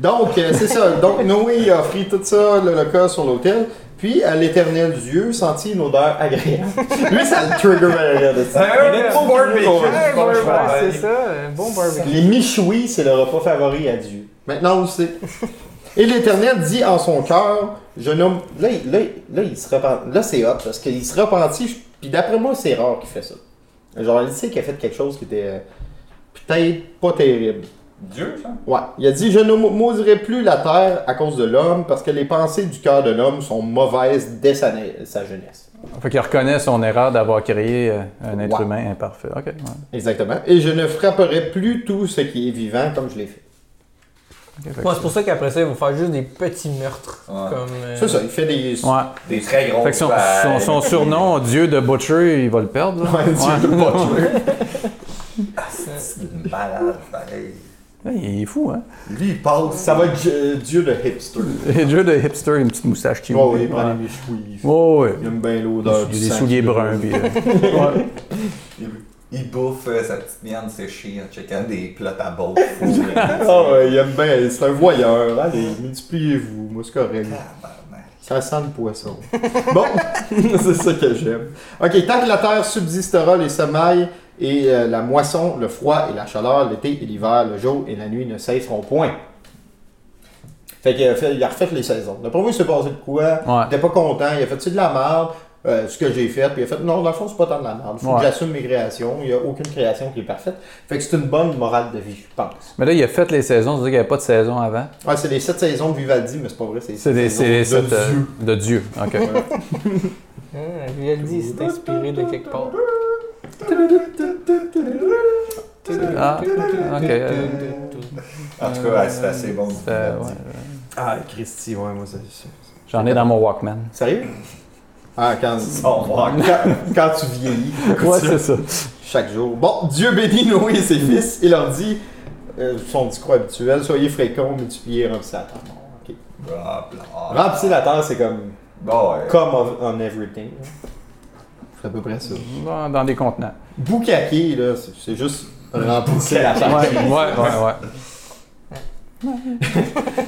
S1: Donc, euh, c'est ça. Donc, Noé a offrit tout ça, l'Holocauste sur l'autel. Puis, à l'éternel Dieu, sentit une odeur agréable. Lui, ça le trigger à rien de
S3: C'est
S1: ça.
S3: un bon barbecue.
S1: Ouais,
S4: Ouais,
S3: franchement.
S4: ouais, ouais, c'est ça, un bon barbecue.
S1: Les michouis, c'est le repas favori à Dieu. Maintenant, on le sait. Et l'Éternel dit en son cœur, je nomme. Là, il- là, il- là, il se repent. Là, c'est hot, parce qu'il se repentit. je- Puis d'après moi, c'est rare qu'il fait ça. Genre, il sait qu'il a fait quelque chose qui était euh, peut-être pas terrible.
S3: Dieu, ça?
S1: Ouais. Il a dit Je ne maudirai plus la terre à cause de l'homme, parce que les pensées du cœur de l'homme sont mauvaises dès sa, na- sa jeunesse.
S2: Fait qu'il reconnaît son erreur d'avoir créé euh, un être
S1: Ouais.
S2: humain imparfait. OK. ouais.
S1: Exactement. Et je ne frapperai plus tout ce qui est vivant comme je l'ai fait.
S2: OK, fait que-
S4: Moi, c'est pour ça qu'après ça, ils vont faire juste des petits meurtres.
S3: Ouais.
S4: Comme, euh,
S1: C'est ça, il fait des.
S2: Ouais.
S3: Des très gros.
S2: Fait que son,
S3: bails.
S2: son, son surnom, Dieu de Butcher, il va le perdre. là.
S1: <laughs> Ouais, Dieu de <laughs> Butcher.
S3: Malade, pareil.
S2: Ouais, Il est fou, hein? <laughs>
S3: Lui, il passe.
S1: Ça va être euh, Dieu de hipster.
S2: Et Dieu de hipster, une petite moustache qui
S1: Oh, oui, il prend
S2: ouais.
S1: les méchouilles.
S2: Oh, oui.
S1: Il aime bien
S2: Il a
S1: l'odeur du
S2: des
S1: sang
S2: souliers
S1: qui
S2: bruns.
S1: brûle.
S2: Puis, euh, ouais.
S3: Il, il bouffe euh, sa petite viande séchée en checkant des plats à
S2: <laughs>
S3: bol.
S1: Ah ouais, il aime bien, c'est un voyeur. Allez, multipliez-vous, moi c'est correct.
S2: ben,
S1: Ça sent le poisson. <laughs> Bon, c'est ça que j'aime. Ok, tant que la terre subsistera, les semailles et euh, la moisson, le froid et la chaleur, l'été et l'hiver, le jour et la nuit ne cesseront point. Fait qu'il a, fait- il a refait les saisons. Le premier s'est passé de quoi? Il était pas content, il a fait c'est de la merde, euh, ce que j'ai fait, puis il a fait non, dans le fond, c'est pas tant de la merde. Faut
S2: Ouais.
S1: que j'assume mes créations, il n'y a aucune création qui est parfaite. Fait que c'est une bonne morale de vie, je pense.
S2: Mais là, il a fait les saisons, c'est-à-dire qu'il n'y avait pas de saison avant.
S1: Ouais, c'est les sept saisons de Vivaldi, mais c'est pas vrai, c'est les
S2: C'est
S1: sept
S2: des, c'est
S1: saisons
S2: les
S1: de
S2: sept, euh,
S1: Dieu.
S2: de Dieu. OK.
S4: hein, lui, elle dit, c'est inspiré de quelque part.
S2: Ah, OK. euh,
S3: En tout cas, c'est assez bon.
S2: euh, ouais.
S1: Ah, Christy, ouais, moi, c'est. c'est-
S2: J'en ai dans mon Walkman.
S1: Sérieux? Ah,
S4: <laughs>
S1: quand,
S3: Son walk.
S1: quand, quand tu vieillis,
S2: Ouais, c'est ça.
S1: <laughs> chaque jour. Bon, Dieu bénit Noé et ses fils, il leur dit euh, son discours habituel soyez fréquents, multipliez, remplissez la terre. Bon, ok.
S3: Bla, bla.
S1: Remplissez la terre, c'est comme.
S3: Bon, ouais.
S1: Comme of- on everything. C'est à peu près ça.
S2: Dans, dans des contenants.
S1: Boukake, là, c'est c'est juste remplir la
S2: Ouais,
S1: terre.
S2: ouais, ouais. ouais.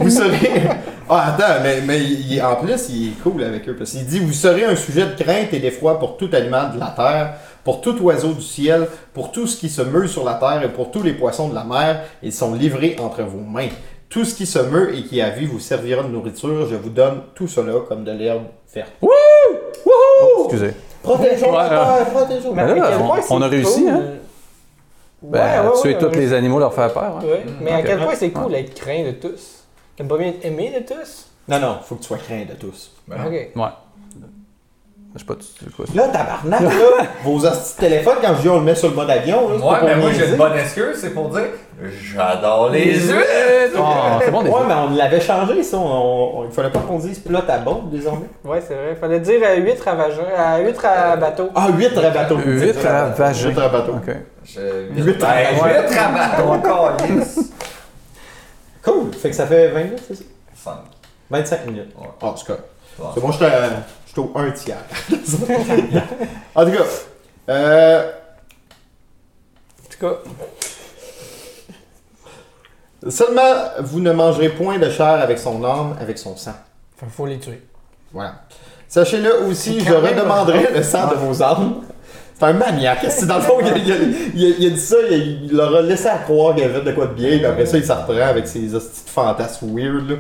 S1: vous serez. <laughs> Ah, attends, mais, mais il- il- en plus, il est cool avec eux parce qu'il dit Vous serez un sujet de crainte et d'effroi pour tout aliment de la terre, pour tout oiseau du ciel, pour tout ce qui se meut sur la terre et pour tous les poissons de la mer. Ils sont livrés entre vos mains. Tout ce qui se meut et qui a vie vous servira de nourriture. Je vous donne tout cela comme de l'herbe verte.
S4: Oh,
S2: Excusez.
S1: Protégeons
S2: Ouais,
S1: la
S2: euh,
S1: terre, protégeons
S2: Mais
S1: la
S2: là,
S1: terre.
S4: à quel
S2: on-
S4: point c'est
S2: on a réussi,
S4: cool. euh,
S2: hein? Ben,
S4: ouais, ouais,
S2: tuer
S4: ouais,
S2: tous
S4: ouais.
S2: les animaux, leur faire peur. hein.
S4: Ouais, Mais à
S2: Ok.
S4: quel point c'est cool d'être craint de tous. T'aimes pas bien être aimé de tous?
S1: Non, non, faut que tu sois craint de tous.
S4: Ok.
S2: Ouais. Je sais pas, tu tu- quoi. ça?
S1: Là, tabarnak, là, vos hosties de téléphone, quand je dis on le met sur le mode avion, là, c'est
S3: Moi,
S1: pas pour
S3: mais moi, j'ai
S1: niaiser.
S3: une bonne excuse, c'est pour dire j'adore les huîtres.
S2: Ah, c'est bon, des
S1: Ouais, mais on l'avait changé, ça. On, on- il fallait pas qu'on dise plot à bombe, désormais.
S4: <laughs> Ouais, c'est vrai. Fallait dire à 8 ravageurs, à 8 à bateau.
S1: Ah, 8 rabateaux.
S2: Huit ravagés.
S1: Huit rabateaux.
S2: euh, Ok.
S3: Je-
S1: Huîtres.
S3: Ben,
S1: Ouais.
S3: huîtres à bâton, encore, yes.
S1: Cool. Fait que ça fait 20 minutes, c'est ça?
S3: Cinq.
S1: 25 minutes.
S3: Ouais.
S1: Ah, c'est cool.
S3: Bon.
S1: C'est bon, je suis au 1 tiers. <laughs> en tout cas, euh,
S4: En tout cas,
S1: seulement vous ne mangerez point de chair avec son âme, avec son sang.
S4: faut- faut les tuer.
S1: Voilà. Sachez-le aussi,
S4: C'est
S1: je
S4: quand même-
S1: redemanderai le sang de vos âmes. C'est un maniaque. C'est dans le fond, il, a- il a- il a- il a dit ça, il, a- il leur a laissé à croire qu'il avait de quoi de bien, puis après ça, il s'en reprend avec ses hosties de fantasmes weird. là.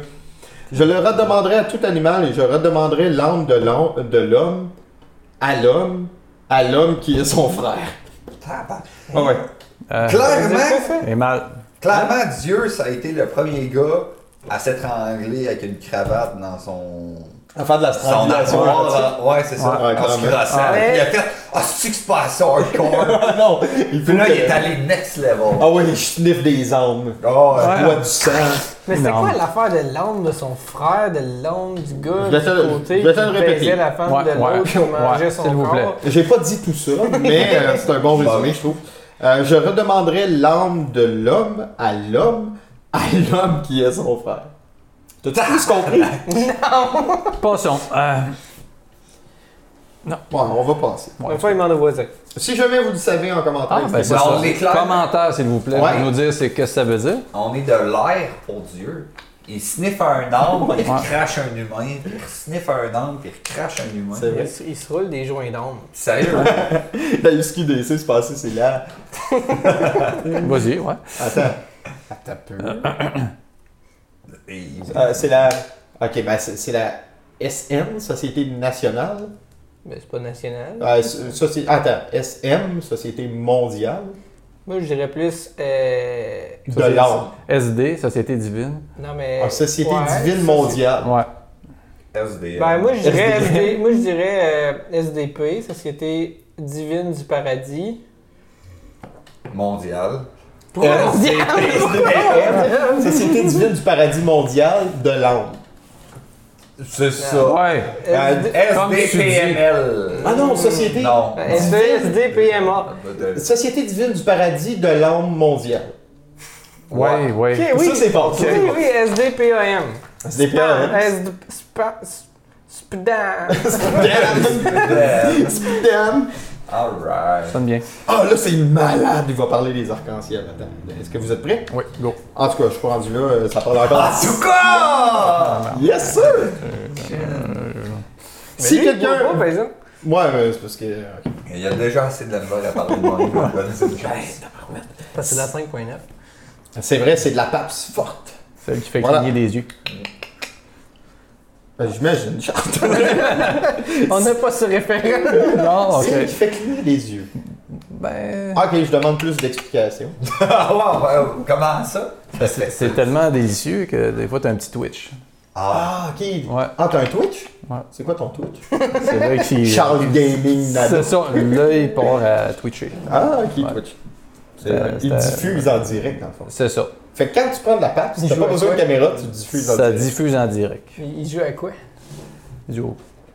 S1: Je le redemanderai à tout animal et je redemanderai l'âme de l'hom- de l'homme à l'homme, à l'homme qui est son frère. Ah Hein? ouais.
S2: Euh,
S4: C'est
S3: Clairement,
S4: ça?
S2: et mal.
S3: clairement, Dieu, ça a été le premier gars à s'être anglais avec une cravate dans son.
S1: À faire de la
S3: Son
S1: strangulation. <laughs> là,
S3: armoire, hein. ouais, c'est ça,
S1: Ouais,
S3: en se
S1: clairement.
S3: crossant.
S4: Ouais.
S3: Il a fait Ah, c'est que c'est pas assez hardcore.
S1: tu sais. non, <laughs> il faut
S3: Puis là,
S1: que-
S3: il est allé next level.
S1: Ah ouais, il sniffe des âmes.
S3: Oh,
S1: Il
S2: Ouais.
S1: boit du sang.
S4: Mais c'est
S2: Non.
S4: quoi l'affaire de l'âme de son frère, de l'âme du gars
S1: Je vais te
S4: du
S1: le-
S4: côté
S1: je vais te le
S4: qui
S1: répéter.
S4: baisait la femme
S2: Ouais,
S4: de
S2: ouais,
S4: l'autre qui mangeait
S2: ouais, s'il
S4: son
S2: vous
S4: corps?
S2: plaît.
S1: J'ai pas dit tout ça, mais euh, c'est un bon résumé, je trouve. Euh, je redemanderai l'âme de l'homme à l'homme à l'homme qui est son frère. T'as-tu plus compris? Ouais,
S2: Passons. Euh,
S1: on va passer.
S4: Une fois, il demande au voisin.
S1: Si jamais vous le savez en commentaire,
S2: ah, ben,
S1: n'hésitez
S2: c'est
S1: pas.
S3: bon,
S2: ça.
S3: on l'éclaire.
S2: Commentaire, s'il vous plaît,
S1: Ouais.
S2: pour nous dire c'est que ça veut dire.
S3: On est de l'air pour Dieu. Il sniffe un
S1: Ah
S3: arbre, il
S2: Ouais.
S3: crache un humain, puis il sniffe un arbre, puis il crache un humain.
S1: C'est
S4: Il,
S1: vrai.
S4: se- il se roule des joints d'âme.
S3: Sérieux?
S1: T'as eu ce qui décide, c'est passé, c'est là.
S2: Vas-y, ouais.
S1: Attends. Attends un peu.
S3: Et il-
S1: Euh, c'est la. Ok, ben c'est c'est la SM, Société Nationale.
S4: Mais c'est pas national.
S1: Euh, so- soci- Attends, SM, Société Mondiale.
S4: Moi, je dirais plus. euh,
S1: De l'âme.
S2: SD, Société Divine.
S4: Non, mais.
S1: Ah, Société
S4: Ouais,
S1: Divine
S4: soci-
S1: Mondiale.
S2: Ouais.
S3: SDM.
S4: Ben, moi, je dirais,
S1: SDP.
S4: SD moi, je dirais euh, SDP, Société Divine du Paradis.
S3: Mondial.
S1: Euh,
S4: SDM. <laughs>
S1: Société Divine du Paradis Mondial de l'âme.
S3: C'est ça.
S2: Ouais.
S3: Euh,
S4: SD
S2: Comme tu dis.
S3: SDPML.
S1: Ah non, Société.
S4: Euh,
S3: Non.
S4: SDPMA.
S1: Société divine du paradis de l'âme mondiale.
S2: Ouais,
S4: Ok,
S2: ouais.
S1: Ça,
S4: oui.
S1: c'est fort, ça,
S4: Oui,
S1: c'est fort.
S4: oui, SDPAM.
S1: C'est
S4: Spam,
S1: bien, hein?
S4: SD, spa, sp- spdam.
S1: Spidam.
S2: Ça
S3: Alright.
S2: sonne bien.
S1: Ah là, c'est malade, il va parler des arcs-en-ciel. Attends, est-ce que vous êtes prêts?
S2: Oui, go.
S1: En tout cas, je suis pas rendu là, euh, ça parle
S3: Ah,
S1: encore.
S3: Souka!
S1: Yes, sir! Si quelqu'un.
S4: Par exemple.
S1: Ouais, euh, c'est parce que. ok.
S3: Il y a déjà assez de la mort à parler de moi. il va donner une chance.
S4: Parce que c'est la 5.9.
S1: C'est vrai, c'est de la papse forte.
S2: Celle qui fait
S1: Voilà.
S2: cligner des yeux.
S1: Ben, J'imagine, Charles.
S4: On n'a pas ce Ah, référent.
S2: Non,
S1: Celle qui
S2: ok.
S1: fait cligner les yeux.
S2: Ben.
S1: Ok, je demande plus d'explications.
S3: Ah <laughs> ouais, ouais, comment ça?
S2: C'est tellement délicieux que des fois, t'as un petit Twitch.
S3: Ah,
S1: Ah, ok.
S2: Ouais.
S1: Ah, t'as un Twitch?
S2: Ouais.
S1: C'est quoi ton Twitch?
S2: C'est là
S1: <laughs>
S2: qu'il.
S1: Charles Gaming Nado.
S2: C'est ça. Là, il part à Twitcher.
S1: Ah, ok,
S2: Ouais.
S1: Twitch. C'est-
S2: Euh,
S1: il
S2: c'était-
S1: diffuse en direct, dans le fond.
S2: C'est ça.
S1: Fait que quand tu prends de la pâte, si t'as
S4: joue
S1: pas
S4: à
S1: besoin de
S4: quoi?
S1: caméra, tu diffuses en
S2: Ça
S1: direct.
S2: diffuse en direct.
S4: Il il joue à quoi?
S2: Duo.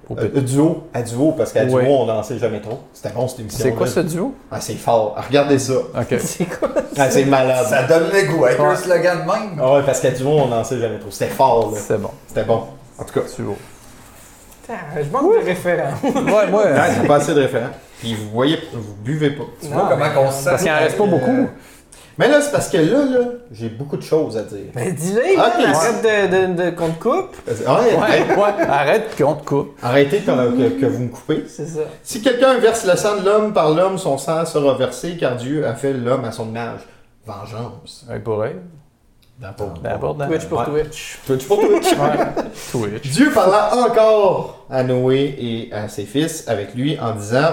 S2: Au
S1: Euh,
S2: petit.
S1: euh, duo, à duo, parce qu'à
S2: Ouais.
S1: duo, on n'en sait jamais trop. C'était bon, cette émission.
S2: C'est quoi ce duo?
S1: Ah, c'est fort. Ah, regardez ça.
S2: Ok.
S4: <laughs> C'est quoi?
S1: Ah, c'est malade.
S3: ça donne le goût avec
S2: Ouais.
S3: un slogan de même.
S1: Ah ouais, parce qu'à duo, on n'en sait jamais trop. C'était fort, là.
S2: C'est bon.
S1: C'était bon. En tout cas.
S2: Duo.
S4: Putain, Je manque de référent.
S2: Ouais, ouais.
S1: Ah, c'est pas assez de référents. Puis vous voyez, vous buvez pas.
S3: Tu vois comment qu'on se sent?
S2: Parce qu'il en reste pas beaucoup.
S1: Mais là, c'est parce que là, là, j'ai beaucoup de choses à dire.
S4: Ben, dis-le, man,
S1: Ok,
S4: arrête de, de, de, qu'on te coupe.
S1: Parce- arrête,
S2: Ouais, ouais, arrête qu'on te coupe.
S1: Arrêtez que- que- que vous me coupez.
S4: C'est ça.
S1: Si quelqu'un verse le sang de l'homme par l'homme, son sang sera versé, car Dieu a fait l'homme à son image. Vengeance.
S2: Œil pour œil.
S1: D'abord.
S2: D'abord, dans-
S4: Twitch pour
S1: Ouais.
S4: Twitch.
S1: Twitch pour Twitch.
S2: Twitch.
S1: Dieu parla encore à Noé et à ses fils avec lui en disant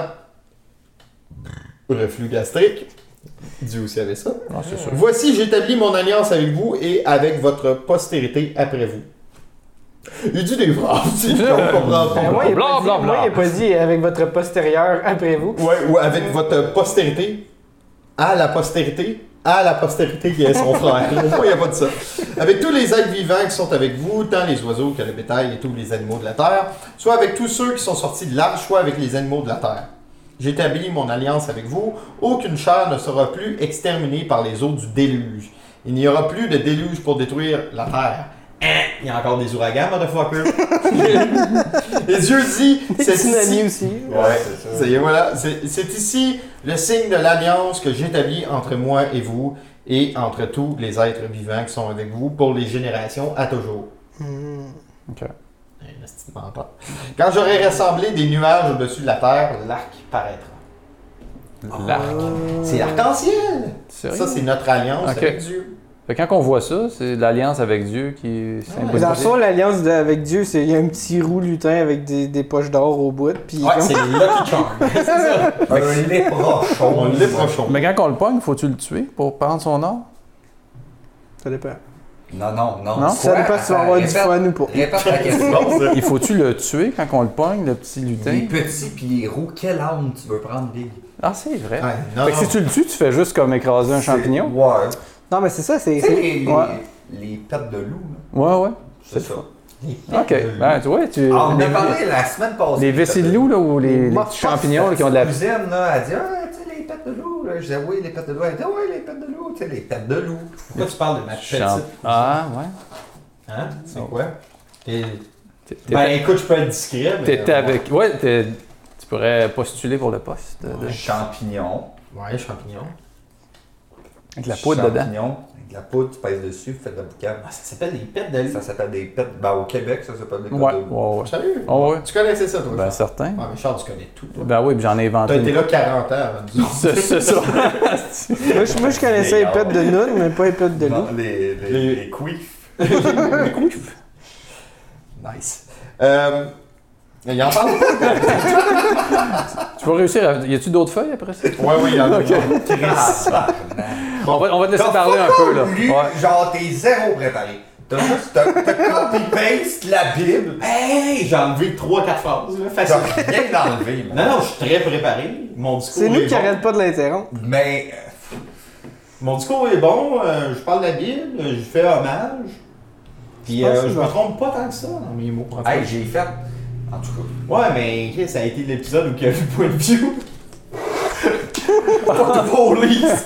S1: reflux gastrique. Dieu aussi avait ça.
S2: Non, Ah, c'est sûr.
S1: Voici, j'établis mon alliance avec vous et avec votre postérité après vous. Il dit des phrases, <laughs> tu sais, on comprend
S4: Ben,
S1: pas.
S4: moi, il a
S2: Bla,
S4: pas dit-
S2: bla,
S4: moi,
S2: bla.
S4: il a pas dit avec votre postérieur après vous.
S1: Ouais, ou avec votre postérité, à la postérité, à la postérité qui est son frère. Moi, il n'y a pas de ça. Avec tous les êtres vivants qui sont avec vous, tant les oiseaux que le bétail et tous les animaux de la terre, soit avec tous ceux qui sont sortis de l'arche, soit avec les animaux de la terre. J'établis mon alliance avec vous. Aucune chair ne sera plus exterminée par les eaux du déluge. Il n'y aura plus de déluge pour détruire la terre. Hein? Il y a encore des ouragans, motherfucker. et Dieu dit,
S4: <laughs>
S1: c'est
S4: C'est tsunami aussi.
S1: Ouais,
S3: c'est ça.
S1: ça y est, voilà. C'est c'est ici le signe de l'alliance que j'établis entre moi et vous et entre tous les êtres vivants qui sont avec vous pour les générations à toujours.
S4: Hmm.
S2: Ok.
S1: Un esti de menteur. Quand j'aurai rassemblé des nuages au-dessus de la terre, l'arc paraîtra.
S2: L'arc.
S1: C'est l'arc-en-ciel! Ça,
S2: Sérieux?
S1: c'est notre alliance
S2: Ok.
S1: avec Dieu.
S2: Fait que quand on voit ça, c'est l'alliance avec Dieu qui symbolise.
S4: Dans le fond, l'alliance de- avec Dieu, c'est il y a un petit roux lutin avec des, des poches d'or au bout. Puis
S1: Ouais,
S4: comme-
S1: c'est le Lucky Charm.
S3: Un léprochon.
S1: <laughs> On l'est prochain.
S2: Mais quand on le pogne, faut-tu le tuer pour prendre son or?
S4: ça dépend.
S3: Non, non, non.
S2: Non?
S3: Quoi?
S4: Ça dépend si tu vas avoir du
S3: Attends,
S4: fun ou pas.
S3: Répète répète la question.
S2: Il faut-tu le tuer quand on le pogne, le petit
S3: Les
S2: lutin?
S3: petits pis les roux, quelle arme tu veux prendre, Big?
S2: Ah, c'est vrai.
S1: Ouais, non,
S2: fait que si
S1: non.
S2: tu le tues, tu fais juste comme écraser un champignon.
S3: Ouais.
S4: Non, mais c'est ça, c'est.
S3: Tu sais, les, les,
S4: Ouais.
S3: les pattes de loup, là.
S2: Ouais, ouais.
S3: C'est ça.
S1: Ah,
S2: Ok.
S1: euh,
S2: Ben, tu vois, tu.
S3: Ah, on
S2: les,
S3: a parlé la semaine passée.
S2: les vessies de loup, là, ou les, les
S3: Moi,
S2: petits champignons là, qui ont de la.
S3: Ma cousine, là, elle dit Ah, tu sais, les pattes de loup. Là. Je disais Oui, les pattes de loup. Elle dit Ouais, les pattes de loup. Tu sais, les pattes de loup.
S1: Pourquoi tu parles de ma
S2: Champ-
S1: petite?
S2: Ah, ouais.
S1: Hein? C'est quoi? T'es-
S2: T'é- t'étais-
S1: Ben écoute, je peux être discret, mais...
S2: T'étais
S1: euh,
S2: avec. Ouais, t'es- tu pourrais postuler pour le poste. de- de-
S3: Champignons.
S1: Ouais, champignon.
S2: Avec la poudre dedans.
S3: Champignons. Avec de la poudre, tu pèses dessus, faites de la boucane.
S1: Ah, ça s'appelle les pets de loup.
S3: Ça s'appelle des pattes. Ben, au Québec, ça s'appelle des pattes
S2: Ouais,
S3: de loup.
S2: ouais, ouais.
S1: Sérieux?
S2: Oh, ouais.
S1: Tu connaissais ça, toi?
S2: Ben,
S1: Charles?
S2: certain.
S1: Ouais, mais Charles, tu connais tout. toi.
S2: Ben oui, puis j'en ai
S1: T'as
S2: inventé.
S1: été
S2: une-
S1: là 40 ans avant nous autres.
S2: <laughs> C'est
S1: <laughs>
S2: c'est ça.
S4: Moi, je, moi, je connaissais les pets de Noun, mais pas les pets de loup.
S3: Non, les, les,
S1: Les-
S3: les... couiffes.
S1: Nice. Euh, il en parle pas?
S2: tu vas réussir. À... Y a-tu d'autres feuilles après ça?
S1: Ouais, oui, il en parle.
S2: <laughs> On va, on va te laisser
S3: T'as
S2: parler un peu, là.
S3: Lu,
S2: Ouais.
S3: Genre, t'es zéro préparé. T'as juste, t'as t'as copy-paste la Bible.
S1: Hey, j'ai enlevé 3-4 phrases. là,
S3: T'as
S1: facile.
S3: rien d'enlevé, moi.
S1: Non, non, je suis très préparé. Mon discours
S4: C'est nous
S1: est
S4: qui
S1: bon.
S4: arrêtons pas de l'interrompre.
S3: Mais, euh,
S1: Mon discours est bon, euh, je parle de la Bible, euh, je fais hommage. Puis
S4: Je pense
S1: euh,
S4: que
S1: je
S4: je
S1: me
S4: vais-
S1: trompe pas tant que ça dans mes mots. en fait.
S3: hey, j'ai fait. En tout cas.
S1: Ouais, mais Chris, ça a été l'épisode où il y a eu le point de vue. Pas de police!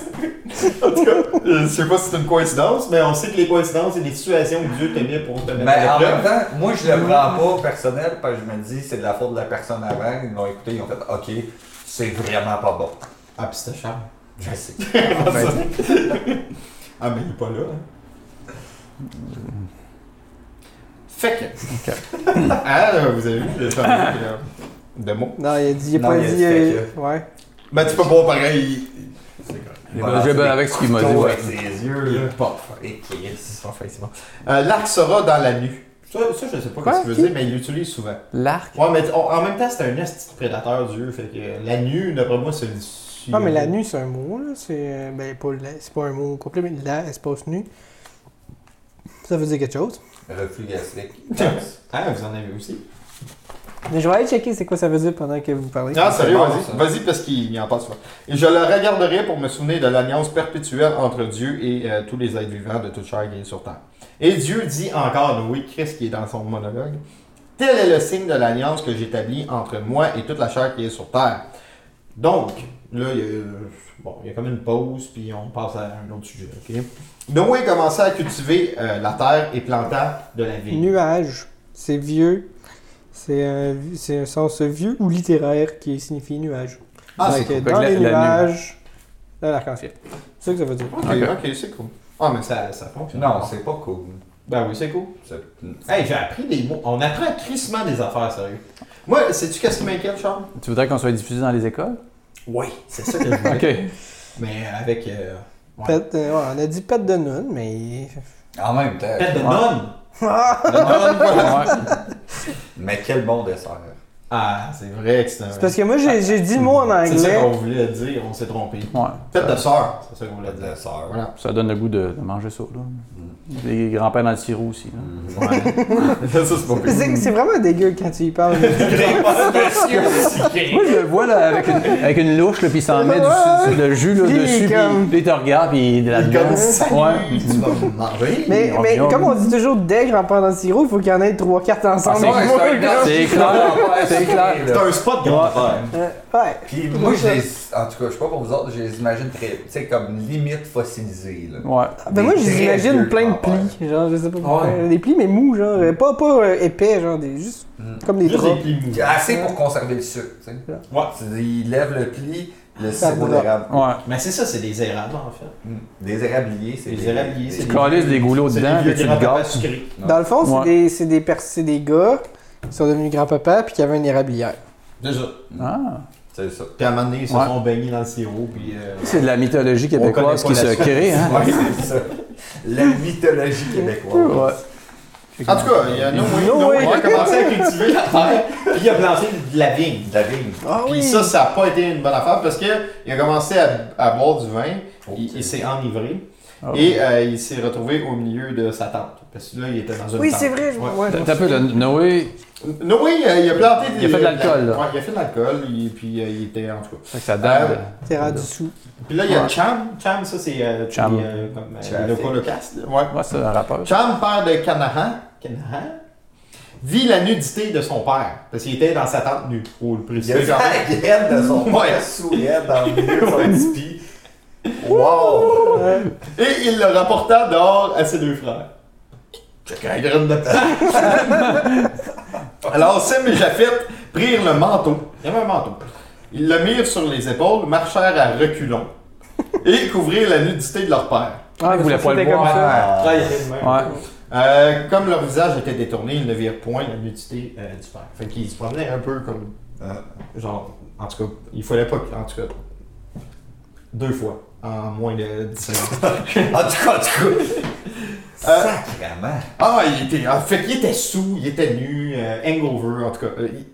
S1: en tout cas, je sais pas si c'est une coïncidence, mais on sait que les coïncidences, c'est des situations où Dieu te met pour te mettre
S3: Mais Ben, en
S1: à
S3: même
S1: l'épreuve.
S3: temps, moi, je le prends pas personnel parce que je me dis, c'est de la faute de la personne avant. Ils l'ont écouté, ils ont fait, OK, c'est vraiment pas bon.
S1: Ah, pis c'était Charles.
S3: Je
S1: <laughs>
S3: sais. Ben,
S1: Ah, mais il est pas là. hein. Fait que. <laughs> ah, là, vous avez vu le changement euh, de mots?
S4: Non, il a dit. Il a
S3: Non,
S4: pas
S3: il a
S4: dit.
S3: dit
S4: euh, Ouais.
S1: Ben, tu peux pas pareil.
S3: Voilà,
S2: Eh ben, Je vais
S3: c'est
S2: bien avec ce qu'il m'a dit.
S3: couteaux
S2: ouais.
S3: avec ses yeux,
S1: Il
S3: là.
S1: est pas
S3: Et Chris.
S1: Euh, L'arc sera dans la nuit. Ça, ça, je sais pas
S2: Quoi?
S1: ce qu'il veut dire, mais il l'utilise souvent.
S2: L'arc.
S1: Ouais, mais on- en même temps, c'est un esti de prédateur Dieu. Fait que la nuit, d'après moi, c'est le.
S4: Non, Ah, mais la nuit, c'est un mot, là. C'est. euh, Ben, pas la- c'est pas un mot complet, mais la, espace nu. Ça veut dire quelque chose.
S3: Reflux gastrique.
S1: Ah, vous en avez aussi.
S4: Mais je vais aller checker c'est quoi ça veut dire pendant que vous parlez.
S1: Non, Ah, sérieux,
S3: bon,
S1: vas-y.
S3: ça.
S1: Vas-y, parce qu'il y en passe souvent. Et je le regarderai pour me souvenir de l'alliance perpétuelle entre Dieu et euh, tous les êtres vivants de toute chair qui est sur terre. Et Dieu dit encore, oui, Christ qui est dans son monologue, tel est le signe de l'alliance que j'établis entre moi et toute la chair qui est sur terre. Donc, là, il y a, euh, bon, il y a comme une pause, puis on passe à un autre sujet, OK? Noé commença à cultiver euh, la terre et planta de la vigne.
S4: Nuage, c'est vieux. C'est un, c'est un sens vieux ou littéraire qui signifie nuage.
S1: Ah,
S4: Donc, euh,
S1: c'est cool.
S4: dans
S2: Fait que
S4: les
S2: la- la
S4: nuages, dans l'arc-en-ciel. C'est ça que ça veut dire.
S1: Ok, ok, c'est cool. Ah, mais ça, ça fonctionne.
S3: Non, c'est pas cool.
S1: Ben oui, c'est cool.
S3: C'est-
S1: Hey, j'ai appris des mots. On apprend crissement des affaires, sérieux. Moi, sais-tu qu'est-ce qui m'inquiète, Charles?
S2: Tu voudrais qu'on soit diffusé dans les écoles?
S1: Oui, c'est ça que je voulais.
S2: <laughs> OK.
S1: Mais avec. Euh, ouais.
S4: Pète, euh, ouais, on a dit pète de nonne, mais.
S3: En même temps.
S1: Pète de nonne! <laughs>
S2: Ouais.
S3: Mais quel bon dessert.
S1: Ah, c'est vrai que c'est un.
S4: C'est parce que moi, j'ai j'ai dit le mot en
S1: C'est ça qu'on
S4: anglais.
S1: voulait dire, on s'est trompé.
S2: Ouais.
S1: Pète de sœur, c'est ça qu'on
S3: Le
S1: voulait dire.
S3: dessert.
S1: Voilà.
S2: Ça donne le goût de, de manger ça, là. Les grands-pères dans le sirop aussi, là.
S1: Ouais. <laughs> ça, c'est pas pire.
S4: C'est c'est vraiment dégueu quand tu y parles.
S2: Moi, je le vois, là, avec une, avec une louche, là, puis il s'en met du,
S4: Ouais.
S2: du- le jus, là,
S4: Il est
S2: dessus, puis
S4: comme-
S2: il te regarde, puis il est
S1: Comme ça,
S2: là-dedans. Ouais.
S1: tu vas me manger.
S4: mais
S2: on
S4: mais
S2: vient-
S4: comme on dit toujours des grands-pères dans le sirop, il faut qu'il y en ait trois cartes ensemble. <laughs>
S2: Ah, <laughs> C'est clair, c'est clair.
S1: C'est un spot grand-père.
S4: Euh, ouais.
S3: Puis moi, je les- en tout cas, je sais pas pour vous autres, je les imagine très, tu sais, comme limite fossilisées. Là.
S2: Ouais.
S4: Ben moi,
S3: Des
S4: je
S3: très
S4: j'imagine
S3: vieux
S4: plein de
S3: grands-pères.
S4: plis. Genre, je sais pas pourquoi.
S3: Ouais.
S4: Des plis, mais mous, genre. euh, Pas, pas euh, épais, genre, des, juste comme des
S1: Juste
S4: draps.
S1: des plis mous.
S3: Assez pour conserver le sucre. tu sais.
S1: Ouais.
S3: Tu dis, Ils lèvent le pli, le
S4: Ça
S3: sirop
S4: bouge.
S3: d'érable.
S2: Ouais.
S1: Mais c'est ça, c'est des érables, en fait.
S3: Mm. Des érabliers, c'est
S1: Des
S3: des-
S1: érabliers,
S3: des-
S1: c'est
S2: Tu calisses des goulots
S1: C'est
S2: dedans,
S1: des
S2: puis
S1: vieux
S2: tu le
S1: grands-pères
S2: gardes.
S1: sucrés.
S4: Dans le fond, c'est
S2: Ouais.
S4: des, c'est des, pers- c'est des gars qui sont devenus grands-papa puis qui avaient une érablière.
S1: Déjà.
S2: Ah.
S3: C'est ça.
S1: Puis à un moment donné, ils se
S2: Ouais.
S1: sont baignés dans le sirop, puis... euh,
S2: C'est de la mythologie québécoise
S1: On connaît
S2: qui
S1: pas
S2: se
S1: la
S3: <laughs>
S2: crée, hein?
S3: <laughs> Ouais, c'est ça. La mythologie québécoise.
S2: Ouais.
S1: En tout cas, il y a No Way,
S4: No
S1: No
S4: Way.
S1: Way a commencé à cultiver la terre, puis il a planté de la vigne.
S3: De la vigne.
S4: Ah
S1: Puis ça, ça n'a pas été une bonne affaire parce qu'il a commencé à, à boire du vin, il, il s'est enivré
S2: Ah.
S1: et euh, il s'est retrouvé au milieu de sa tente. Parce que là, il était dans une
S4: Oui,
S1: tente.
S4: c'est vrai. je-
S1: Ouais.
S4: ouais,
S2: T'as un peu, le Noé,
S1: Noé, euh, il a planté
S2: Il a fait de l'alcool, là.
S1: Ouais, il a fait de l'alcool, et puis euh, il était en tout cas.
S2: fait que ça date.
S1: Euh,
S4: T'es rendu sous.
S1: Puis là, il y a Cham. Cham, ça, c'est euh,
S2: Cham.
S1: les, euh, comme, euh,
S3: Traffic.
S1: le holocauste. Ouais.
S2: Ouais, c'est un rappeur. ça.
S1: Cham, père de Canahan, Canahan, vit la nudité de son père. Parce qu'il était dans sa tente nue, pour le
S3: Il a
S1: préciser.
S3: vu
S1: quand même.
S3: la graine de son
S1: Ouais.
S3: père souriait dans le milieu de son petit pied. Wow!
S1: Et il le rapporta dehors à ses deux frères. Check la graine de terre. <laughs> Alors Sim et Japheth prirent le manteau. Il y avait un manteau. Ils le mirent sur les épaules, marchèrent à reculons et couvrirent la nudité de leur père.
S2: Ah, il voulait pas le
S4: C'était comme
S2: voir.
S4: ça.
S2: Ouais.
S1: Euh, comme leur visage était détourné, ils ne virent point la nudité euh, du père. Fait qu'ils se promenaient un peu comme. euh, genre, en tout cas, il fallait pas. En tout cas, deux fois en moins de 10 secondes.
S3: En tout cas, en tout cas.
S1: Euh,
S3: Sacrement.
S1: Ah, il était. En fait, il était sous, il était nu, euh, hangover, en tout cas. euh, il-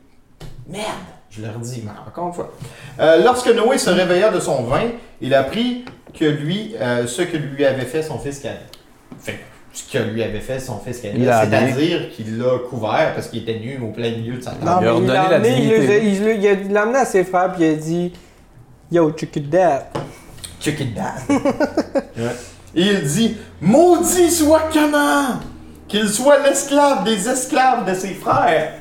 S1: Merde! Je leur dis, mais encore une fois. Euh, lorsque Noé se réveilla de son vin, il apprit que lui, euh, ce que lui avait fait son fils Caïn. Fait que ce que lui avait fait son fils Caïn.
S2: Il l'a habillé.
S1: C'est-à-dire qu'il l'a couvert parce qu'il était nu au plein milieu de sa table.
S4: Non,
S2: Il
S4: mais il
S2: a redonné
S4: l'a
S2: la
S4: emmené, il
S2: dignité.
S4: l'a- il l'a- il a- il l'a emmené à ses frères puis il a dit Yo, check it that.
S1: Check it down. <laughs> Et il dit Maudit soit Canaan, qu'il soit l'esclave des esclaves de ses frères.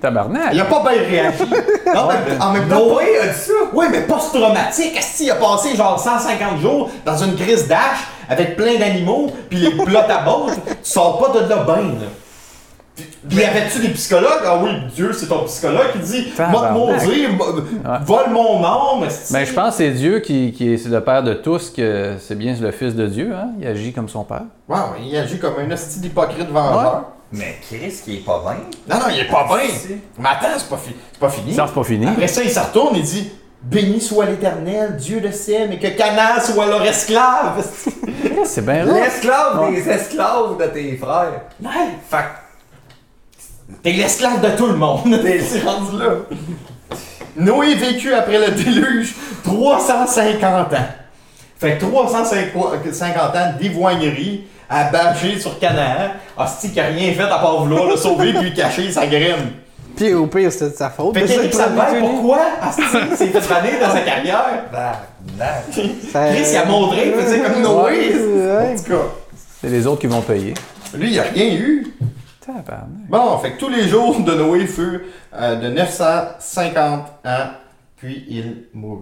S2: Tabarnak.
S1: Il a pas bien <laughs> réagi. Non, mais en même temps.
S3: Noé a dit ça.
S1: Oui, mais post-traumatique, est-ce qu'il a passé genre 150 jours dans une crise d'âge avec plein d'animaux, puis les plots à bord, tu sors pas de là ben, là. Puis avais-tu des psychologues? Ah oui, Dieu, c'est ton psychologue qui dit « Va te
S2: Tabarnak.
S1: maudire, va- vole mon âme! »
S2: Ben, je pense que c'est Dieu qui, qui est c'est le père de tous, que c'est bien le fils de Dieu, hein? Il agit comme son père.
S1: Wow, il agit comme un hostie d'hypocrite vengeur.
S3: Mais Chris, qui est pas vain.
S1: Non, non, il est pas bien.
S3: Si.
S1: Mais attends, c'est pas, fi- c'est pas fini.
S2: Ça, c'est pas
S3: Hein?
S2: fini.
S1: Après ça, il se retourne et dit Béni soit l'Éternel, Dieu de ciel, et que Canaan soit leur
S3: <laughs>
S1: esclave.
S2: C'est bien rare.
S3: Ah. L'esclave
S2: Ouais.
S3: des esclaves de tes frères.
S1: Ouais,
S3: Fait que
S1: t'es l'esclave de tout le monde.
S3: t'es c'est rendu là.
S1: Noé vécut après le déluge 350 ans. Fait que 350 ans d'ivoignerie à bâcher sur Canaan. Hostie qui a rien fait à part vouloir le sauver puis lui cacher sa graine.
S4: Puis au pire, c'était de sa faute.
S1: Fait
S4: de
S1: qu'Éric
S4: s'être
S1: Salvaire,
S4: habitué.
S1: pourquoi Hostie s'est fait banner dans sa carrière?
S3: Barnac.
S4: Ça-
S1: Chris, il a montré, il faisait comme Noé.
S4: Ouais.
S1: En tout cas.
S2: C'est les autres qui vont payer.
S1: Lui, il a rien eu.
S2: Tabarnak.
S1: Bon, fait que tous les jours de Noé furent euh, de 950 ans, puis il mourut